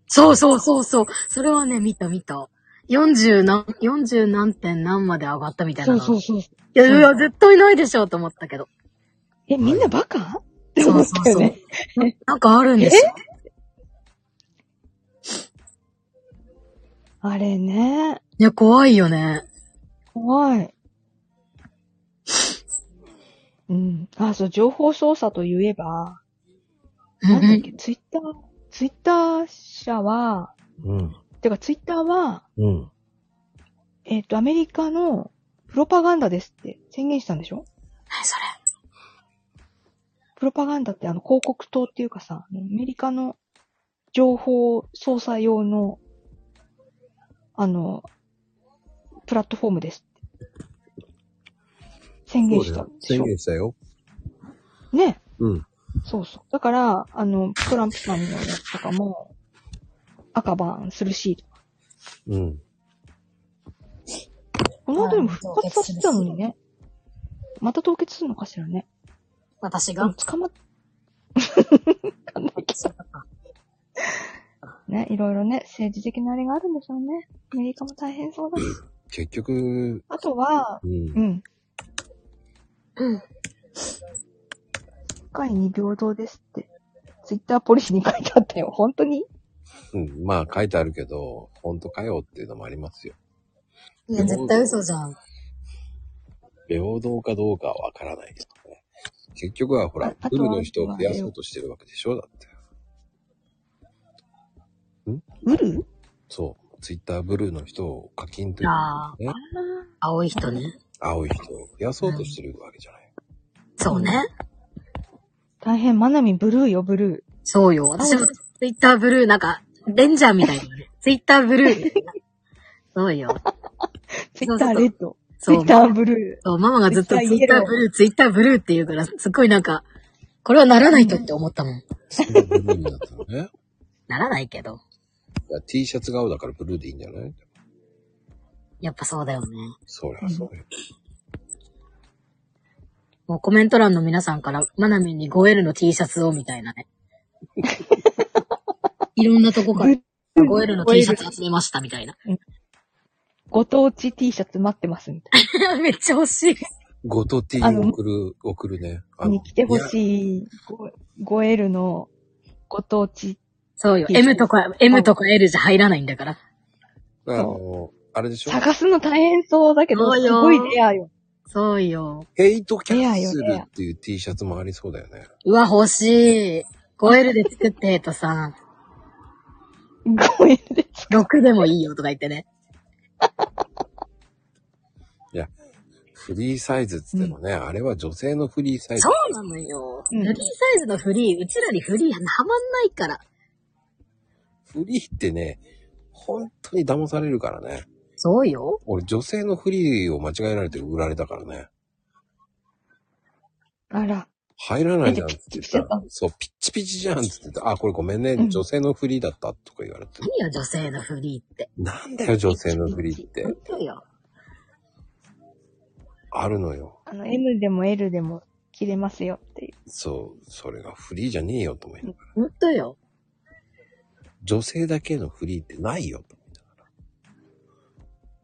D: そうそうそうそう。それはね、見た見た。40何、40何点何まで上がったみたいな
C: そ
D: の。
C: うそうそう。
D: いや、いや、絶対ないでしょうと思ったけど。
C: え、みんなバカ、って
D: そ
C: 思
D: う
C: っ
D: そう
C: たよ
D: そう
C: ね。
D: ななんかあるんですよ。
C: あれね、
D: いや、怖いよね。
C: 怖い。うん。あ、そう、情報操作といえば、
D: うん
C: なんだ
D: う
C: っ
D: ん
C: け、ツイッター、ツイッター社は、
B: うん。
C: てかツイッターは、
B: うん。
C: えっ、と、アメリカのプロパガンダですって宣言したんでしょ
D: 何それ。
C: プロパガンダってあの広告塔っていうかさ、アメリカの情報操作用の、あの、プラットフォームですって。宣言し
B: そ
C: た
B: うだよ
C: でし
B: 宣
C: ょ
B: 言したよ。
C: ね。
B: うん。
C: そうそう。だから、あの、トランプさんのやつとかも、赤バンするし、
B: うん。
C: この後にも復活させてたのにね。また凍結するのかしらね。
D: 私
C: でも
D: が。
C: 捕まっ、わかんないけど ね、いろいろね、政治的なあれがあるんでしょうね。アメリカも大変そうだし。
B: 結局、
C: あとは、
B: うん
C: う。ん。
D: うん。
C: 世界に平等ですって、ツイッターポリシーに書いてあったよ。本当に
B: うん、まあ書いてあるけど、本当かよっていうのもありますよ。
D: いや、絶対嘘じゃん。
B: 平等かどうかはわからないけどね。結局はほら
C: あ、あ
B: プ
C: と
B: ー
C: は
B: ルの人を増やそうとしてるわけでしょだって。
C: ブルー
B: そう。ツイッターブルーの人を課金という
D: あ
B: ね、
D: 青い人ね。
B: 青い人を増やそうとしてるわけじゃない。
D: そうね。
C: 大変、マナミブルーよ、ブル
D: そうよ。私もツイッターブルー、なんか、レンジャーみ たいなね。ツイッターブルーみたいな。そうよ。
C: ー。ツイッターレッド。ツ
D: そ
C: イ
D: う
C: ッ。ターブル
D: そう、ママがずっとツ
C: ツイ
D: イ
C: ッ
D: ッ
C: ター
D: タ
C: イエロー
D: ーブルー、ツイッターブルーって言うから、すっごいなんか、これはならないとって思ったもん。
B: それでブルーになったのね。
D: ならないけど。
B: いや T シャツが青だからブルーでいいんじゃない
D: やっぱそうだよね。
B: そりゃそうよ。
D: もうコメント欄の皆さんから、マナミンに 5L の T シャツをみたい なね。いろんなとこから
C: ー。
D: 5L の T シャツ集めましたみたいな。
C: ご当地 T シャツ待ってますみたい
D: めっちゃ欲しい。
B: ごと T
C: あの
B: 送る、送るね。
C: な。に来てほ
B: い。
C: しい。5L のご当地。
D: そうよ。
C: T シャツ
D: M とか、M とか L じゃ入らないんだから。
B: あの、あれでしょ
C: 探すの大変そうだけど、
D: そう
C: す
D: よ
C: ごいレアよ。
D: そうよ。
B: ヘイトキャッスルっていう T シャツもありそうだよね。
D: うわ、欲しい。5L で作ってとさ、
C: 5L で。
D: 6でもいいよとか言ってね。
B: フリーサイズっつってもね、あれは女性のフリーサイズ
D: そ。うなのよ。
C: うん
D: フリーサイズのフリー、うちらにフリーははまんないから。
B: フリーってね、本当に騙されるからね。
D: そうよ。
B: 俺女性のフリーを間違えられて売られたからね。
C: あら。
B: 入らないじゃんって言った
C: えピッチピチだった
B: ら、そう、ピッチピチじゃんって言って、あ、これごめんね、
C: うん
B: 女性のフリーだったとか言われて、
D: 何よ、女性のフリーって。
B: なんだよ、女性のフリーって
D: 本。当よ。
B: あるのよ。
C: あの、M でも L でも着れますよっていう。
B: そう、それがフリーじゃねえよと思いながら、
D: 本当よ。
B: 女性だけのフリーってないよと思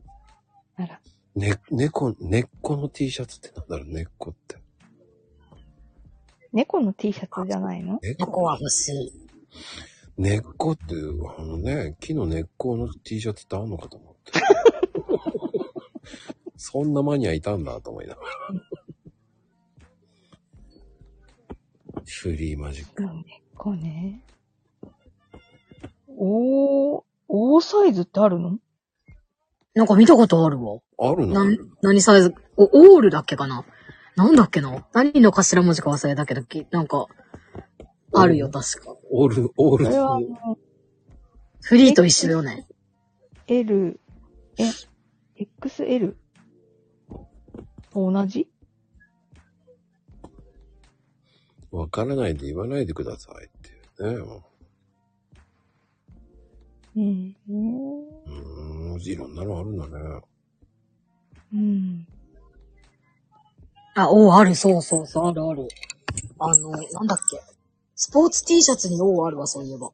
B: いながら。
C: あら。
B: ね、猫、根っこの T シャツってなんだろう、根っこって。
C: 猫の T シャツじゃないの
B: 根っ
D: 猫は欲しい。
B: 根っこって、あのね、木の根っこの T シャツってあんのかと思って。 そんなマニアいたんだと思いながら。フリーマジック。
C: うん、猫ね。おー、大サイズってあるの
D: なんか見たことあるわ。
B: ある
D: な
B: の
D: ん、何サイズお、オールだっけかななんだっけな何の頭文字か忘れたけど、きなんか、あるよ、確か。
B: オール、オー
C: こ
B: ル
C: れはあの、
D: フリーと一緒よね。
C: L、え、XL と同じ
B: わからないで言わないでくださいっていうね。
C: うん。
B: うーん、いろんなのあるんだね。
C: うん。
D: あ、おある、そうそうそう、あるある。あの、なんだっけ。スポーツ T シャツにおあるわ、そういえば。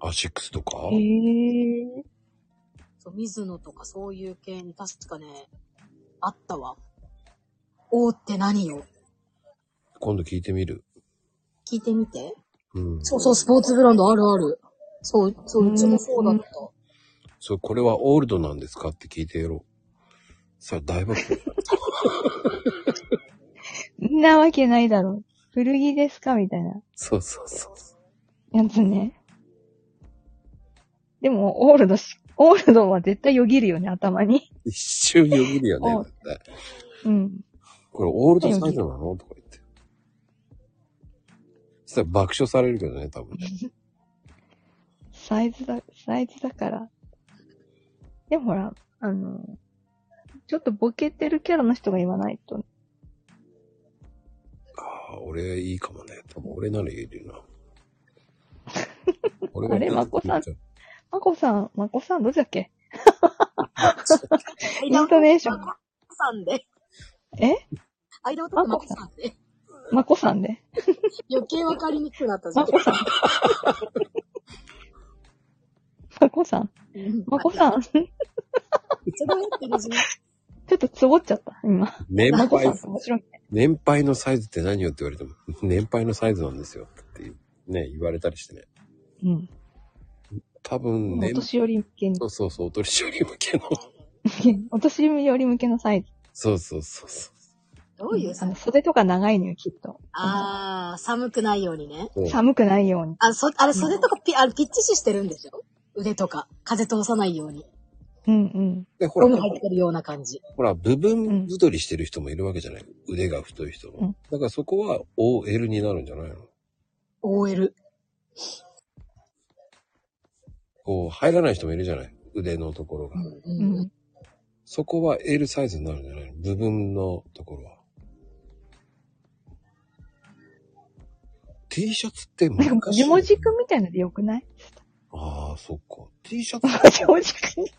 B: アシックスとか
C: へえー。
D: そう、水野とかそういう系に確かね、あったわ。おって何よ
B: 今度聞いてみる。
D: 聞いてみて。
B: うん。
D: そうそう、スポーツブランドあるある。そう、そう、うちもそうだった。
B: それ、これはオールドなんですかって聞いてやろう。さあ、大爆笑。
C: んなわけないだろ。古着ですかみたいな
B: そうそうそう。
C: やつね。でも、オールドし、オールドは絶対よぎるよね、頭に。
B: 一瞬よぎるよね
C: うん、
B: 絶対。
C: うん。
B: これオールドサイズなのとか言って。そしたら爆笑されるけどね、多分ね。
C: サイズだ、サイズだから。でもほら、あの、ちょっとボケてるキャラの人が言わないと。
B: ああ、俺いいかもね。多分俺なら言える な。俺
C: あれまこさん
B: ん。
C: まこさん、まこさん、どっちだっけイントネーション。
D: さんで。
C: え
D: 間を取ってマコさんで。
C: まこさんで。
D: 余計わかりにくくなったじゃ
C: ま
D: ん。
C: こさん。まこさん。まこさん。ち
D: 一番やってるじゃん。
C: ょっとつぼっちゃった、今。
B: 年
C: まこさん
B: 配
C: っ、て面白い。
B: 年配のサイズって何よって言われても、 年配のサイズなんですよっていうね、言われたりしてね。
C: うん。
B: 多分
C: お
B: 年、
C: 年寄り向けに
B: そ、うそうそう、お年寄り向けの。
C: お年寄り向けのサイズ。
B: そうそうそうそう。
D: どういう
C: あ
D: さ
C: の、、袖とか長いのよ、きっと。
D: あー、寒くないようにね。
B: そう
C: 寒くないように。
D: あ、そ、あれ袖とかピ、あれピッチシしてるんでしょ腕とか、風通さないように、
C: うんうん。
B: で、ほ
D: ゴム
B: ら、
D: 入ってるような感じ。
B: ほら、部分太りしてる人もいるわけじゃない。腕が太い人
C: うん
B: も。だからそこは OL になるんじゃないの
D: OL。
B: こう、入らない人もいるじゃない。腕のところが。
D: う。
C: うんん。
B: そこは L サイズになるんじゃないの部分のところは。T シャツって
C: なんか、
B: 昔
C: 文字文字くみたいのでよくない
B: ああ、そっか。T シャ
C: 文
B: ツ、
C: 字文字くみ。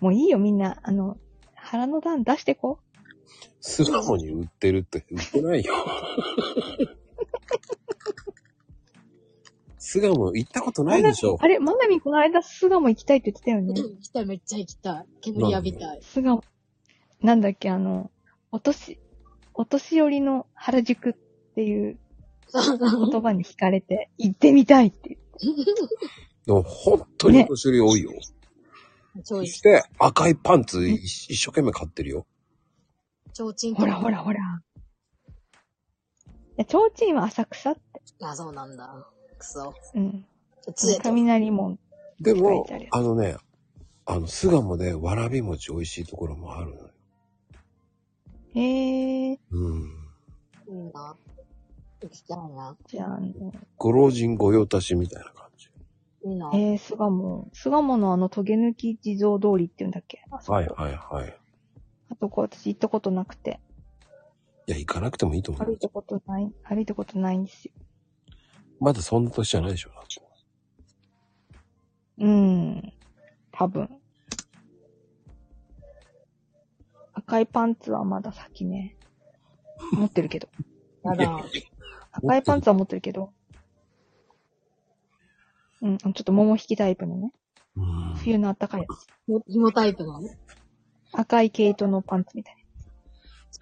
C: もういいよ、みんな。あの、腹の段出してこ
B: 巣鴨に売ってるって、売って ないよ。巣鴨行ったこと
C: う。
B: ないでしょ
C: あ。れ、まなみこの間、巣鴨行きたいって言ってたよね。
D: 行きたい、めっちゃ行きたい。煙浴びたい。
C: 巣鴨。なんだっけ、あの、お年、お年寄りの原宿っていう言葉に惹かれて、行ってみたいっていう。
B: でも本当に年寄り多いよ。
D: 超
B: そ
D: いい
B: し。て赤いパンツい一生懸命買ってるよ。
D: 超ちん
C: ほらほらほら。いや、ちょうちんは浅草って。
D: あ、そうなんだ。くそ。
C: うん。
D: 杖と。
C: 雷門。
B: で
C: 書い
B: も
C: てあるよ、
B: あのね、あの、巣鴨でわらび餅美味しいところもあるのよ。
C: ええー、
B: うん。
D: いいな。行きたいな。
C: じゃあ、あの、
B: ご老人御用達みたいな感じ。
D: いいな。
C: えー、巣鴨。巣鴨のあの、トゲ抜き地蔵通りっていうんだっけあそこ。
B: はいはいはい。
C: あとこう、私行ったことなくて。
B: いや、行かなくてもいいと思
C: 歩
B: う
C: い。たことない、歩いたことないんですよ。
B: まだそんな年じゃないでしょ。だって
C: うん。多分。赤いパンツはまだ先ね。持ってるけど。
D: やだ。
C: 赤いパンツは持ってるけど。うん、ちょっと桃引きタイプのね。
B: うん。
C: 冬のあったかいやつ。
D: ひ紐タイプのね。
C: 赤い毛糸のパンツみたい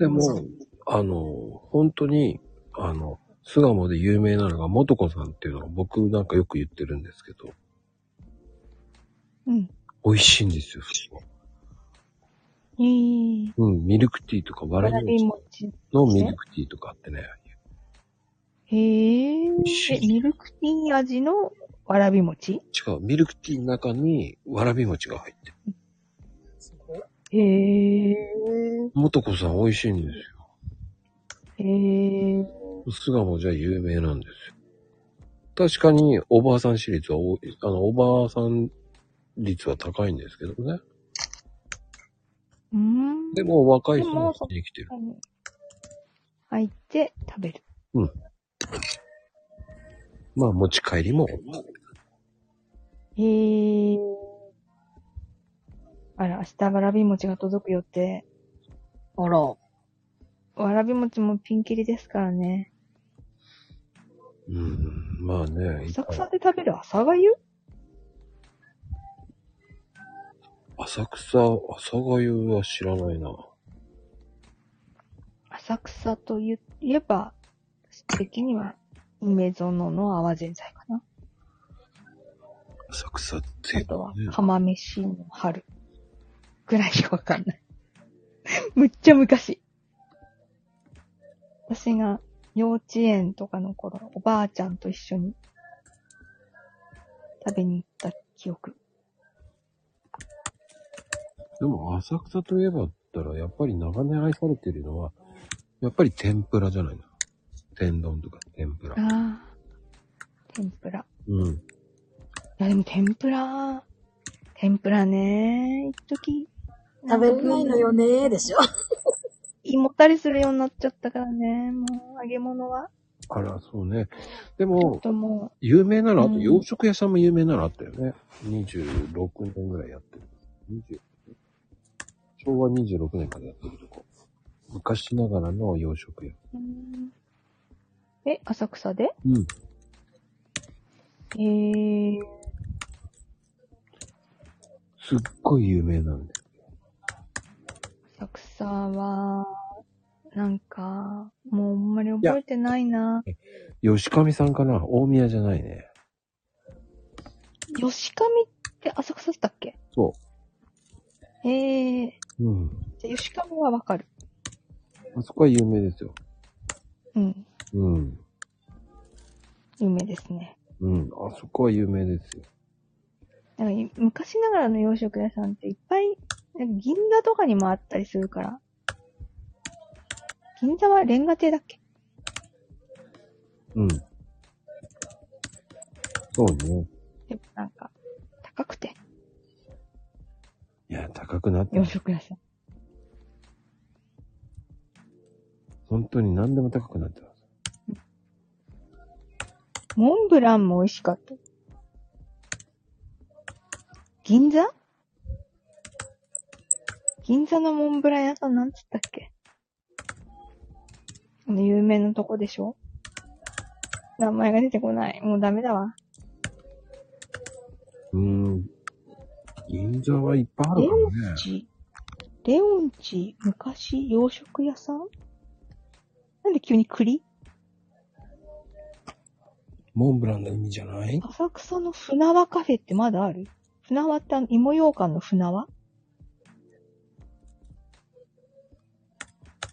B: でも、あの、本当に、あの、巣鴨で有名なのが、もとこさんっていうのが僕なんかよく言ってるんですけど、
C: な。うん。
B: 美味しいんですよ、そこ。
C: いい。
B: うん、ミルクティーとか、わ
C: わ
B: ら
C: ら
B: び
C: び
B: 餅
C: 餅。
B: のミルクティーとかあってね、
C: へえ。
B: しい
C: え、ミルクティー味のわらび餅
B: 違う、ミルクティーの中にわらび餅が入ってる。
D: すごい
C: へえ。
B: もとこさん美味しいんです
C: へえ。
B: よ。巣鴨じゃ有名なんですよ。確かに、おばあさん私立は多い、あの、おばあさん率は高いんですけどね。
C: うん。
B: でも、若い人
C: で
B: も
C: も
B: 来てきてる。
C: 入って食べる。
B: まあ、持ち帰りも。
C: へえ。あら、明日わらび餅が届く予定。
D: あら。
C: わらび餅もピンキリですからね。
B: うん、まあね、
C: 浅草で食べる朝がゆ
B: 浅草、朝がゆは知らないな。
C: 浅草と言えば、私的には、梅園の泡ぜんざいかな。
B: 浅草って、
C: あ
B: ね、
C: とは、釜飯の春。ぐらいしかわかんない。 むっちゃ昔。私が幼稚園とかの頃、おばあちゃんと一緒に食べに行った記憶。
B: でも浅草といえばったら、やっぱり長年愛されてるのは、やっぱり天ぷらじゃないの。天丼とか天ぷら。
C: ああ。天ぷら。
B: うん。
C: いやでも天ぷら、天ぷらね、一時
D: 食べれないのよねーでしょ。
C: 胃もたれするようになっちゃったからね、もう揚げ物は。
B: あら、そうね。で
C: ちょっ
B: も、
C: とも
B: 有名なの、あ
C: う
B: と
C: ん
B: 洋食屋さんも有名なのあったよね。26年ぐらいやってる。20昭和26年までやってるとこ。昔ながらの洋食屋。
C: ううん。え、浅草で
B: うん。
C: えー、
B: すっごい有名なんで。
C: 浅草は、なんか、もうあんまり覚えてないな。
B: 吉上さんかな大宮じゃないね。
C: 吉上って浅草だったっけ
B: そ
C: えー、
B: う。うん。
C: じゃあ吉上はわかる。
B: あそこは有名ですよ。
C: うん。
B: うん。
C: 有名ですね。
B: うん。あそこは有名ですよ。
C: なんかい昔ながらの洋食屋さんっていっぱい、なんか銀座とかにもあったりするから。銀座はレンガ亭だっけ
B: うん。そうね。
C: でもなんか、高くて、
B: いや、高くなって
C: 洋、食屋さん。
B: 本当に何でも高くなってます。
C: モンブランも美味しかった。銀座銀座のモンブラン屋さんなんつったっけあの、有名なとこでしょ名前が出てこない。もうダメだわ。
B: うーん。銀座はいっぱいあるからね。
C: ちレオンチ、昔、洋食屋さんなんで急に栗
B: モンブランの意味じゃない
C: 浅草の船輪カフェってまだある船輪ってあの、芋羊羹の船輪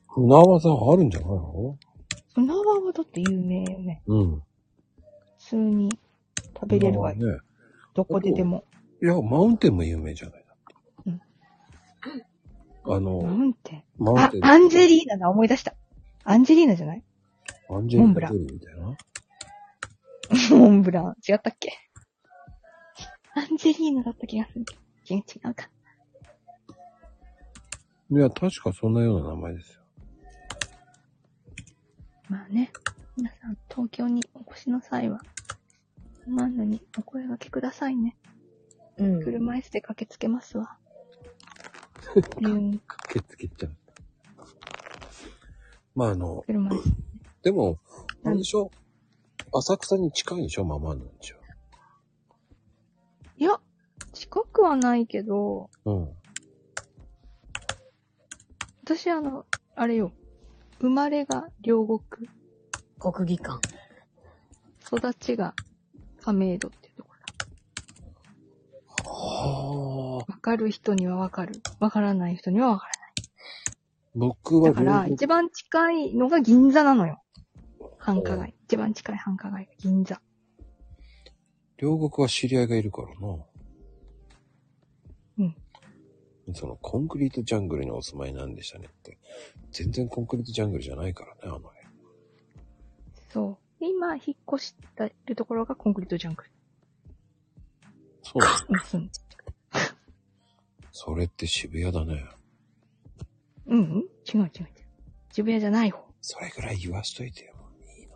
B: 船技があるんじゃないの
C: 船輪はだって有名よね。
B: うん。
C: 普通に食べれるわよ。
B: 船輪ね。
C: どこででも。
B: いや、マウンテンも有名じゃない
C: うん
B: あ
C: な
B: の、
C: んて。
B: マウン
C: あ
B: テ、ン。
C: アンジェリーナだ、思い出した。アンジェリーナじゃない
B: アンジェリーナ・ジョリーみたいな。
C: モンブラン。違ったっけアンジェリーナだった気がする。違う違うか。
B: いや、確かそんなような名前ですよ。
C: まあね、皆さん、東京にお越しの際は、マンナにお声掛けくださいね。
D: うん。
C: 車椅子で駆けつけますわ。うん、
B: 駆けつけちゃう。まあ、あの、
C: 車椅子。
B: でも、あれでしょ浅草に近いでしょママのうちは。
C: いや、近くはないけど、
B: うん。
C: 私あの、あれよ、生まれが両国、
D: 国技館。
C: 育ちが亀戸っていうとこ
B: はあ。
C: ろ。わかる人にはわかる。わからない人にはわから
B: 僕
C: な。
B: はい
C: だから、
B: 両国
C: 一番近いのが銀座なのよ。繁華街。一番近い繁華街が銀座。
B: 両国は知り合いがいるからな。
C: うん。
B: そのコンクリートジャングルにお住まいなんでしたねって。全然コンクリートジャングルじゃないからね、あの辺。
C: そう。で今、引っ越してるところがコンクリートジャンクル。
B: そうなんです。
C: 今住んで
B: それって渋谷だね。
C: うん、うん、違う違う違う。渋谷じゃない方。
B: それぐらい言わしといてよ。いいの。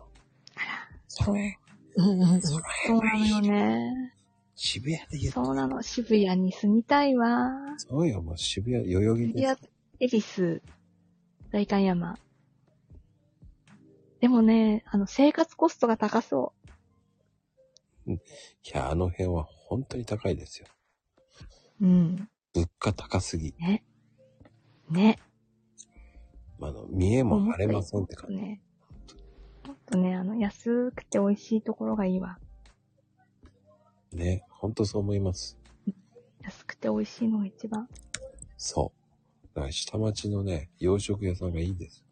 C: あら、
B: それ、その
C: そ
B: 辺
C: うな
B: が
C: の
B: いい
C: よ。ね。
B: 渋谷で言って
C: そうなの。渋谷に住みたいわ。
B: そうよ、もう渋谷、代々木
C: 渋
B: で
C: 谷、恵比寿、代官山。でもね、あの、生活コストが高そ
B: いや、あの辺は本当に高いですよ。
C: う。うん。
B: 物価高すぎ。
C: ね。
B: あの、見えも
C: も
B: 晴れませんって感じ。
C: ね。もっとね、あの、安くて美味しいところがいいわ。
B: ね、本当そう思います。
C: 安くて美味しいのが一番。
B: そう。だから下町のね、洋食屋さんがいいです。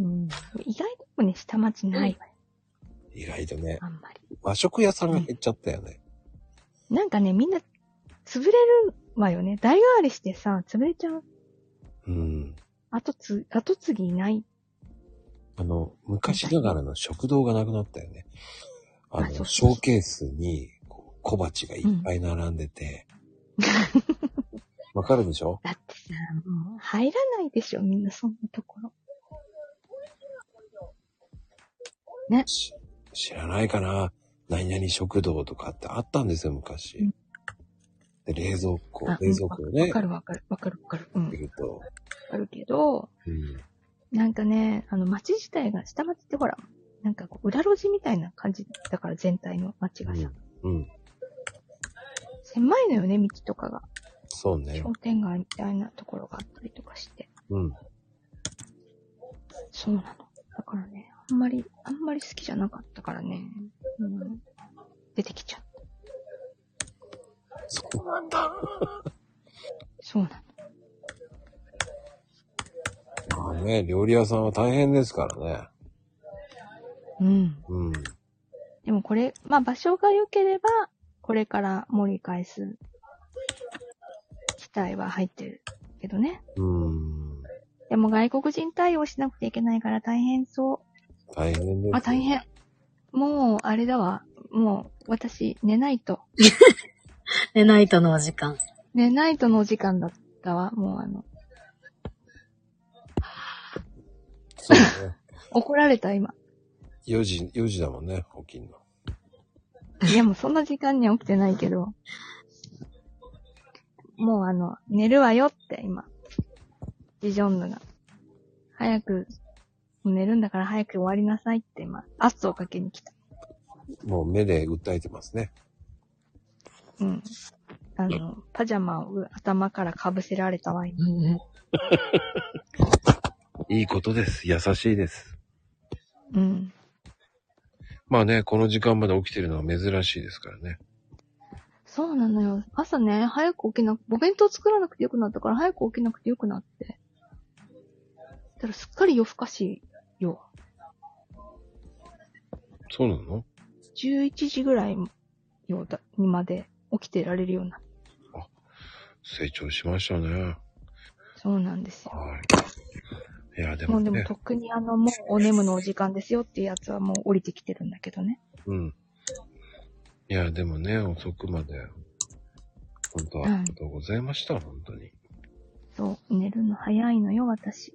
D: うん。
C: 意外ともね、下町ないわよ。
B: 意外とね、
C: あんまり。
B: 和食屋さんが減っちゃったよね。
C: なんかね、みんな、潰れるわよね。代替わりしてさ、潰れちゃう。
B: うん。
C: 後つ、後継ぎいない。
B: あの、昔ながらの食堂がなくなったよね。あ
C: あそうそ
B: の、
C: う
B: ショーケースにこう小鉢がいっぱい並んでて。わ、かるでしょ
C: だってさ、もう入らないでしょ、みんなそんなところ。
B: し知らないかな何々食堂とかってあったんですよ、昔。
C: うん
B: で、冷蔵庫
C: あ、
B: 冷蔵庫を
C: わ
B: ね、
C: かるわかる、わかるわかる。うん、わ
B: 見ると、
C: かるけど、
B: うん、
C: なんかね、あの、街自体が、下町ってほら、なんかこう、裏路地みたいな感じだから、全体の街がさ、
B: うん、うん、
C: 狭いのよね、道とかが。
B: そうね
C: 商、店街みたいなところがあったりとかして。
B: うん。
C: そうなの。だからね、あんまり、あんまり好きじゃなかったからね、うん、出てきちゃう。
B: そうなんだ。
C: そうなの。
B: まあね、料理屋さんは大変ですからね。
C: うん。
B: うん。
C: でもこれ、まあ場所が良ければ、ここれから盛り返す期待は入ってるけどね。
B: うん。
C: でも外国人対応しなくてはいけないから大変そ
B: 大変です。
C: う。あ、大。変。もう、あれだわ。もう、私、寝ないと。
D: で、ナイトのお時間。
C: 寝ないとのお時間だったわ。もうあの、
B: そうね。
C: 怒られた今。
B: 4時、4時だもんね、起きんの。
C: いやもうそんな時間には起きてないけど。もうあの、寝るわよって今。ジジョンヌが。早く、もう寝るんだから早く終わりなさいって今、圧をかけに来た。
B: もう目で訴えてますね。
C: うん。あの、パジャマを頭からかぶせられたわ今。
D: うんうん。
B: いいことです。優しいです。
C: うん。
B: まあね、この時間まで起きてるのは珍しいですからね。
C: そうなのよ。朝ね、早く起きなく、お弁当作らなくてよくなったから早く起きなくてよくなって。たらすっかり夜更かしよ。
B: そうなの
C: 11時ぐらいよだにまで起きてられるような。
B: 成長しましたね。
C: そうなんですよ。
B: はい。いや、で
C: も
B: も
C: うでも
B: ね。
C: とっくにあの、もうお眠のお時間ですよっていうやつはもう降りてきてるんだけどね。
B: うん。いや、でもね、遅くまで。本当は
C: うん
B: ありがとうございました、本当に。
C: そう、寝るの早いのよ、私。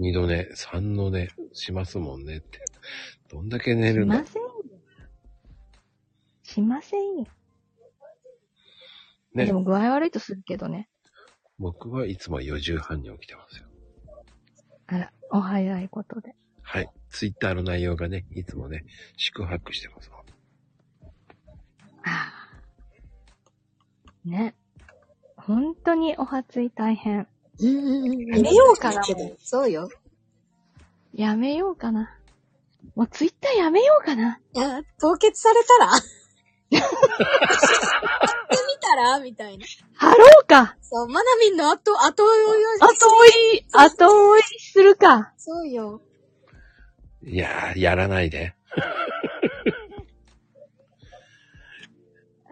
B: 二度寝、三度寝しますもんねって。どんだけ寝
C: し
B: るの
C: ませんよ。しませんよ。で
B: ね。
C: も具合悪いとするけどね。
B: 僕はいつも4時半に起きてますよ。
C: あら、お早いことで。
B: はい。ツイッターの内容がね、いつもね、宿泊してますもん。
C: ああ。ね。本当にお初い大変。
D: うんうんうん。やめようかな。そうよ。
C: やめようかな。もうツイッターやめようかな。
D: いや、凍結されたらやってみたらみたいな。
C: 貼ろうか
D: そう、マナミンの後、後追いを
C: 後追い、後追いするか。
D: そうよ。
B: いやー、やらないで。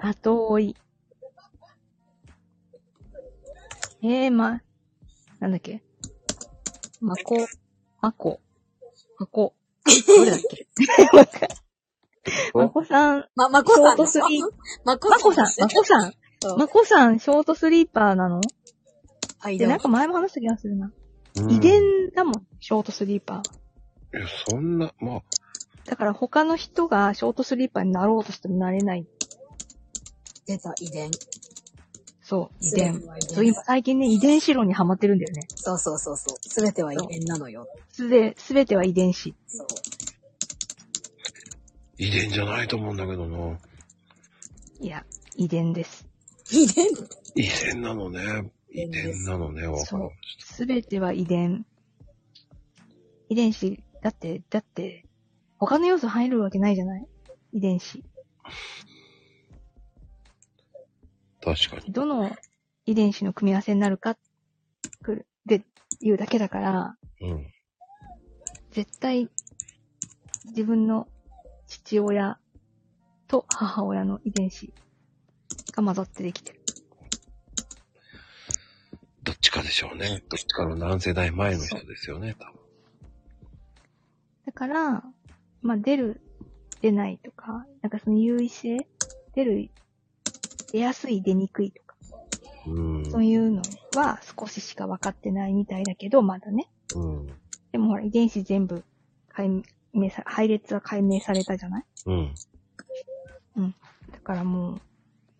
C: 後追い。ええー、ま、なんだっけまこ、まこ、まこ。どれだっけわかんないまこさん、
D: ま、まこ
C: ショ
D: さ
C: ー
D: んで
C: ト
D: す
C: ス。リー
D: まこ
C: まこさん、まこさん。
D: そう
C: まこさん、ショートスリーパーなの
D: はい、
C: で、
D: どう
C: なんか前も話した気がするな。
B: うん
C: 遺伝だもん、ショートスリーパー。
B: いやそんな、まあ、
C: だから他の人がショートスリーパーになろうとしてもなれない。
D: 出た、遺伝。
C: そう、遺
D: 全
C: 伝
D: て。は遺伝
C: そう、今最近ね、遺伝子論にハマってるんだよね。
D: そうそうそうそう。すべては遺伝なのよ。
C: すべ、すべては遺伝子。
D: そう。
B: 遺伝じゃないと思うんだけどな。
C: いや、遺伝です。
D: 遺伝
B: 遺伝なのね。遺伝なのね、わかる
C: そう。すべては遺伝。遺伝子、だって、だって、他の要素入るわけないじゃない遺伝子。
B: 確かに。
C: どの遺伝子の組み合わせになるか、くる、で、言うだけだから、
B: うん。
C: 絶対、自分の父親と母親の遺伝子が混ざってできてる。
B: どっちかでしょうね。どっちかの何世代前の人ですよね、多分。
C: だから、まあ、出る、出ないとか、なんかその優位性出る、出やすい、出にくいとか、
B: うん。
C: そういうのは少ししか分かってないみたいだけど、まだね。
B: うん。
C: でもほら、遺伝子全部解明さ、配列は解明されたじゃない
B: うん。
C: だからもう、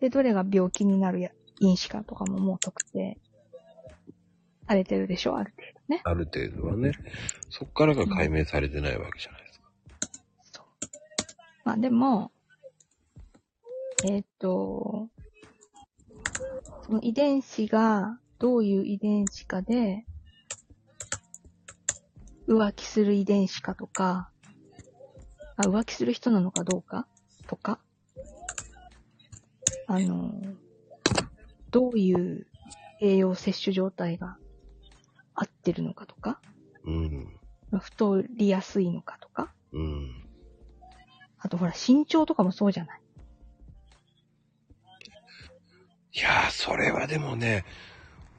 C: で、どれが病気になるや因子かとかももう特定されてるでしょ、ある程度ね。
B: ある程度はね。そっからが解明されてないわけじゃないですか。
C: そう。まあでも、えーっ、と、その遺伝子がどういう遺伝子かで、浮気する遺伝子かとか、あ浮気する人なのかどうかとか、あの、どういう栄養摂取状態が合ってるのかとか、
B: うん。
C: 太りやすいのかとか、
B: うん。
C: あとほら身長とかもそうじゃない
B: いやー、それはでもね、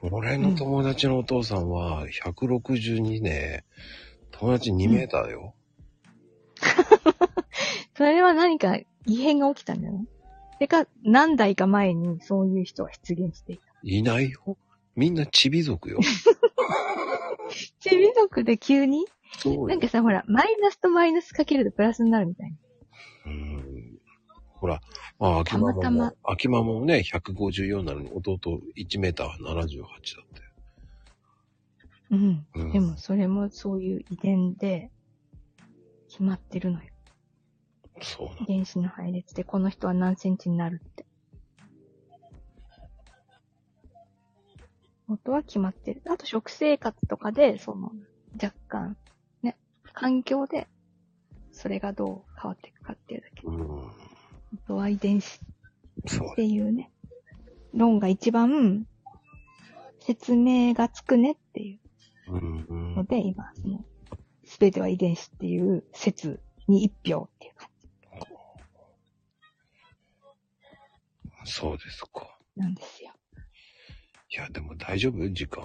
B: 俺の友達のお父さんは162ね、友達2メーターよ。
C: それは何か異変が起きたんだよね。てか、何代か前にそういう人は出現していた。
B: いないよ。みんなチビ族よ。
C: チビ族で急に
B: そうよ
C: なんかさ、ほら、マイナスとマイナスかけるとプラスになるみたいな。
B: うんほら、まあ、秋間も、
C: たまた
B: 秋間もね、154なのに、弟1メーター78だって。
C: うん。
B: うん
C: でも、それもそういう遺伝で、決まってるのよ。
B: そうな
C: 遺伝子の配列で、この人は何センチになるって。元は決まってる。あと、食生活とかで、その、若干、ね、環境で、それがどう変わっていくかっていうだけ。
B: の。うん。
C: 元は遺伝子
B: そう
C: っ。ていうね、論が一番説明がつくねっていう
B: うんうん
C: の。で、今、その、すべては遺伝子っていう説に一票っていう感
B: そうですか。
C: じなんですよ。
B: いや、でも大丈夫時間。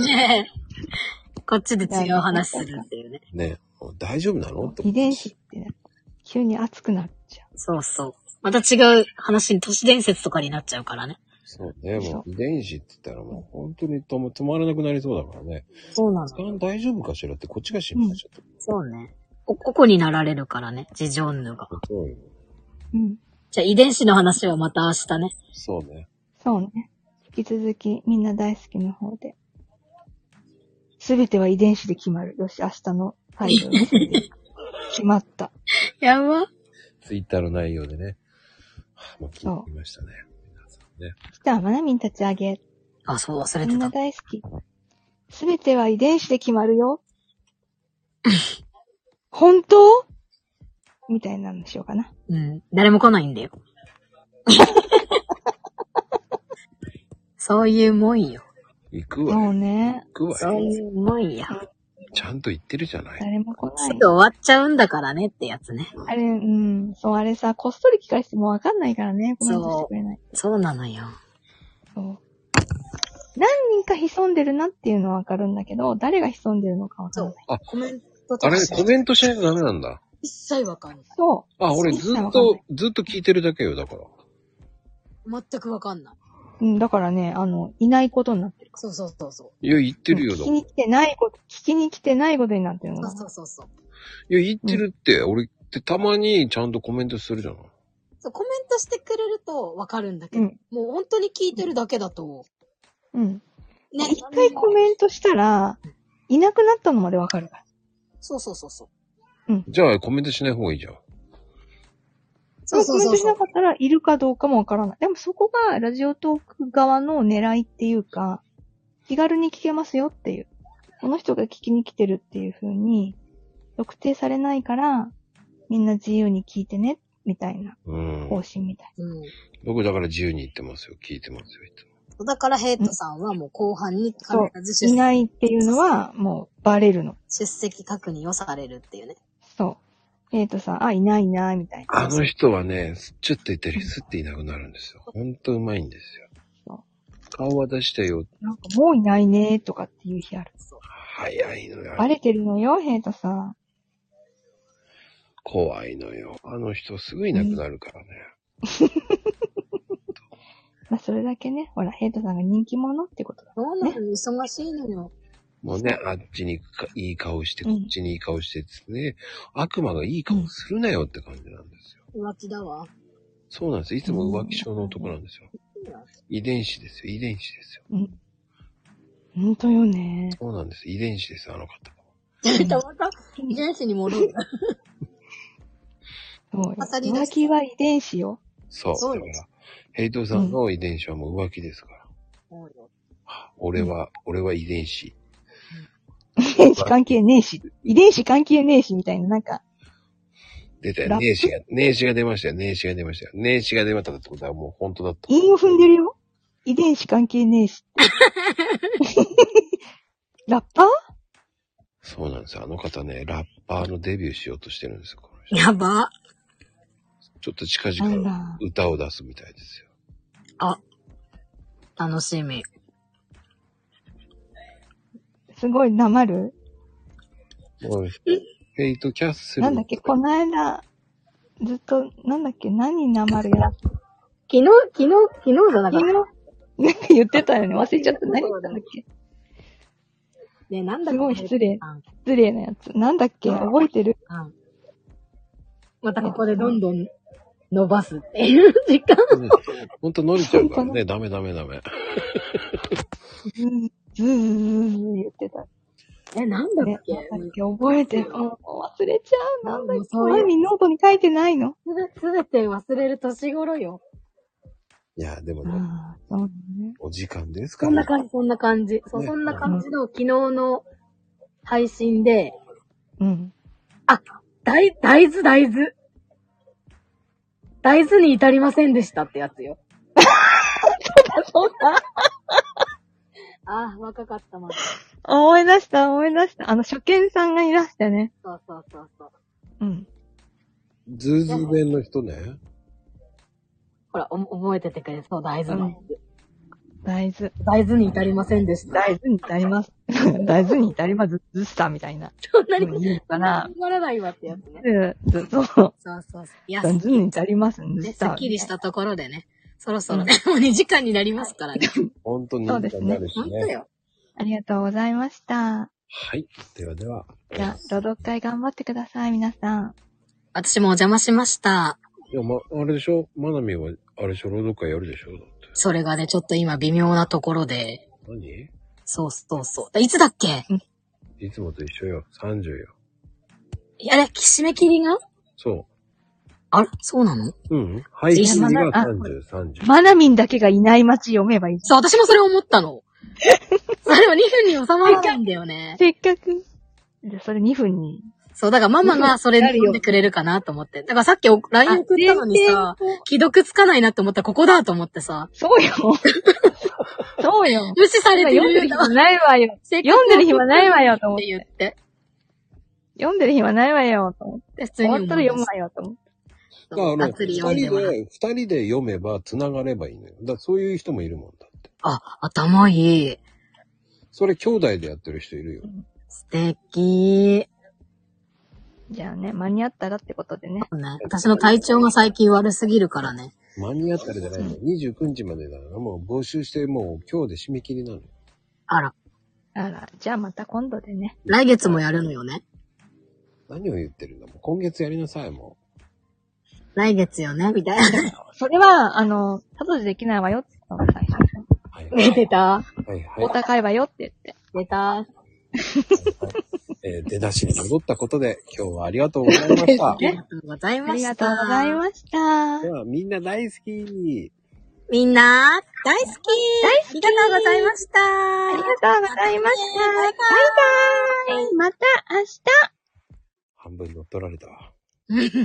D: ねえ こっちで違う話するっていうね。
B: ね。もう大丈夫なのと
C: 遺伝子ってね、急に熱くなっちゃ
D: そうそう。また違う話に都市伝説とかになっちゃうからね。
B: そうね。
C: そ
B: も
C: う
B: う遺伝子って言ったらもう本当に止ま止まらなくなりそうだからね。
D: そうなの
B: そ。れは大丈夫かしらってこっちが心配しちゃった。
D: そうね。お、ここになられるからね。事情ぬが。
B: そうよ。
C: う。うん。
D: じゃあ遺伝子の話はまた明日ね。
B: そうね。
C: そうね。引き続き、みんな大好きの方で。すべては遺伝子で決まる。よし、明日のタイトルにしていく決まった。
D: やば。
B: ツイッターの内容でね。はあもう聞いてみましたね。皆さんね。
C: 北天海立ち上げ。
D: あ、そう、忘れ
C: み
D: て
C: んな
D: た。
C: 大好き。すべては遺伝子で決まるよ。本当みたいなのしようかな。
D: うん。誰も来ないんだよ。そういうもんよ。
B: 行くわ
C: も
B: よ。
C: うね、
B: 行くわ
D: そう
B: よ。
D: いうもんや。
B: ちゃんと言ってるじゃない。
C: 誰も来
D: す
C: ない
D: ぐ。終わっちゃうんだからねってやつね。
C: あれ、うん、そう、あれさ、こっそり聞かせてもわかんないからね、コメントしてくれない。
D: そうなのよ。
C: そう。何人か潜んでるなっていうのはわかるんだけど、誰が潜んでるのかわかんない。
D: コメント
B: あれ、コメントしないとダメなんだ。
D: 一切わかんない。
C: そう。
B: あ、俺
C: 一切
B: ず
C: わかんな
B: っ
C: い
B: と、ずっと聞いてるだけよ、だから。
D: 全くわかんない。
C: うん、だからね、あの、いないことになってる。
D: そうそうそうそ
B: いや、言ってるよ、
C: うん
B: だか
C: 聞き
B: ら。い
C: に来てないこと、聞きに来てないことになってる
D: う。
C: の
D: そ
C: が
D: うそうそうそう。
B: や、言ってるって、俺ってたまにちゃんとコメントするじゃない。
D: そうコメントしてくれるとわかるんだけ
C: う
D: ど、
C: ん
D: もう本当に聞いてるだけだと、
C: うん。
D: ね、
C: 一回コメントしたら、いなくなったのまでわかるから。
D: そうそうそうそう。
B: じゃあ、コメントしない方がいいじゃん。
D: そうそ
C: コ
D: うそ
C: メン
D: う
C: トしなかったら、いるかどうかもわからない。でもそこが、ラジオトーク側の狙いっていうか、気軽に聞けますよっていう。この人が聞きに来てるっていう風に、特定されないから、みんな自由に聞いてね、みたいな
B: うん。
C: 方針みたい。
D: う
B: 僕、だから自由に言ってますよ。聞いてますよ、いつも。
D: ん。だからヘイトさんはもう後半に必ず
C: い
D: 出
C: ないっていうのは、もう、バレるの。
D: 出席確認をされるっていうね。
C: そう。えーとさん、あ、いないな、みたいな。
B: あの人はね、ちょっと言ったり、すっていなくなるんですよ。ほんとうまいんですよ
C: そ。
B: 顔は出したよ。
C: なんか、もういないね、とかっていう日ある。
B: 早いのよ。
C: バレてるのよ、ヘイトさん。
B: 怖いのよ。あの人、すぐいなくなるからね。
C: まあ、それだけね、ほら、ヘイトさんが人気者ってことだ。
D: そうなのよ忙しいのよ。
B: もうね、あっちに行くか、いい顔して、こ
C: うん
B: っちにいい顔してですね、悪魔がいい顔するなよって感じなんですよ。
D: 浮気だ わ。
B: そうなんです。いつも浮気症の男なんですよ。遺伝子ですよ、遺伝子ですよ。
C: うん。ほんとよね。
B: そうなんです。遺伝子です、あの方。
D: ヘイトまた遺伝子に戻る。
C: そうよ。
D: 当たりだ
C: 浮気は遺伝子よ。
B: そう。
D: そう
B: だか
D: です
B: ら、ヘイトさんの遺伝子はもう浮気ですから。
D: そうよ
B: 俺は、俺は遺伝子。
C: 遺伝子関係ねえし。遺伝子関係ねえし、みたいな、なんか。
B: 出た
C: ラ
B: よ。
C: ップ
B: 名子が、名子が出ましたよ。名子が出ましたよ。名子が出ましたってことはもう本当だった。
C: 韻を踏んでるよ。遺伝子関係ねえし。ラッパー
B: そうなんですよ。あの方ね、ラッパーのデビューしようとしてるんですよ。この人
D: やば。
B: ちょっと近
C: なん
B: 々
C: だ。
B: 歌を出すみたいですよ。
D: 楽しみ。
C: すごいなまる
B: もうフェイトキャッスル。
C: なんだっけこの間、ずっと、なんだっけ何なまるやつ
D: 昨日、昨日、昨日じゃなかっ
C: 昨日、なんか言ってたよね。忘れちゃった。何言ったんだっけ
D: た。ね、なんだ
C: すごい失礼
D: あん
C: 失礼なやつ。なんだっけ覚えてる
D: あんまたここでどんどん伸ばすっていう時間。
B: うんほんと伸びちゃうからね。ダメダメダメ。
C: ズーズーズーズー言ってた。
D: え、なんだっけ、
C: ね、なんだっけ覚えてる。もう忘れちゃう。なんだっ
D: もう
C: け
D: そういう
C: 前にノートに書いてないの
D: すべ、すべて忘れる年頃よ。
B: いや、でもね、
C: ああ、そうね。
B: お時間ですか
D: そん
B: ら
D: な。感じ、そんな感じ。そう、
B: ね
D: そんな感じの昨日の配信で、
C: うん。
D: 大、大豆、大豆。大豆に至りませんでしたってやつよ。
C: そうだ。
D: ああ、若かったまだ。
C: 思い出した、思い出した。あの、初見さんがいらしたね。
D: そうそうそうそう。
C: うん。
B: ズーズー弁の人ね。
D: ほら、お覚えててくれそう、大豆のやつ、
C: 大豆。
D: 大豆に至りませんでした。
C: 大豆に至ります。大豆に至ります。ずっさみたいな。
D: そんなに、
C: うんいいかな。
D: ならないわってやつね。
C: ず、ず、そう。
D: そうそうそう。いや、
C: ず
D: す
C: っに至ります。ず
D: ね
C: っ
D: す
C: さ
D: っきりし。たところでね。そろそろね、もう2時間になりますからね。
B: ほんとに
C: そうですね
B: なるし
D: 本当
B: ね。
D: よ。
C: ありがとうございました。
B: はい。ではでは。
C: じゃあ、朗読会頑張ってください、皆さん。
D: 私もお邪魔しました。
B: いや、ま、あれでしょマナミは、あれでしょ朗読会やるでしょだって。
D: それがね、ちょっと今微妙なところで。
B: 何
D: そうそうそう。いつだっけ
B: いつもと一緒よ。30よ。
D: いやれ、締め切りが
B: そ
D: あら、そうなの
B: う。うん。配信が
C: いやまだあ
B: 30、30。
C: マナミンだけがいない街読めばいい。
D: そう、私もそれ思ったの。それは2分に収まらないんだよね。
C: せっかく。じゃあ、それ2分に。
D: そう、だからママがそれ読んでくれるかなと思って。だからさっきお LINE 送ったのにさ、既読つかないなって思ったらここだと思ってさ、
C: そう よ。そうよ。
D: 無視され
C: 今
D: てる
C: 読んでる暇ないわよ。読んでる暇ないわよ、と思っ
D: って
C: て。
D: 言って。
C: 読んでる暇ないわよ、と思って。
D: で、普通
C: 終
D: に
C: わっ
D: 思い
C: た
D: ま
C: ら
D: し
C: 読むわよ、と思って。
B: だからあの、
D: がっつり読んでもらう
B: 二人で、二人で読めば繋がればいいのよ。だからそういう人もいるもんだって。
D: あ、頭いい。
B: それ兄弟でやってる人いるよ。
D: 素敵。
C: じゃあね、間に合ったらってことでね。
D: ね、私の体調が最近悪すぎるからね。
B: 間に合ったらじゃないの。29日までだから、もう募集して、もう今日で締め切りなのよ。
D: あら、
C: あら、じゃあまた今度でね。
D: 来月もやるのよね。
B: 何を言ってるんだもう今月やりなさい、も
D: 来月よね、みたい な。
C: それは、あの、ただでできないわよって言ったの、最初。
B: う。はい。
D: 出てた
B: はい、はい
C: お。高いわよって言って。
D: 出た。
B: えー出だしに戻ったことで、今日はありがとうございました
D: あ。りがとうございま
C: あり
D: し
C: が
D: た。
C: とうございました。
B: では、みんな大好き。
D: みんな、大好き大好きありがとうございました
C: ありがとうございました。
D: バ
C: バ
D: イ
C: イ
D: バ
C: バイ。また明日。
B: 半分乗っ取られたわ。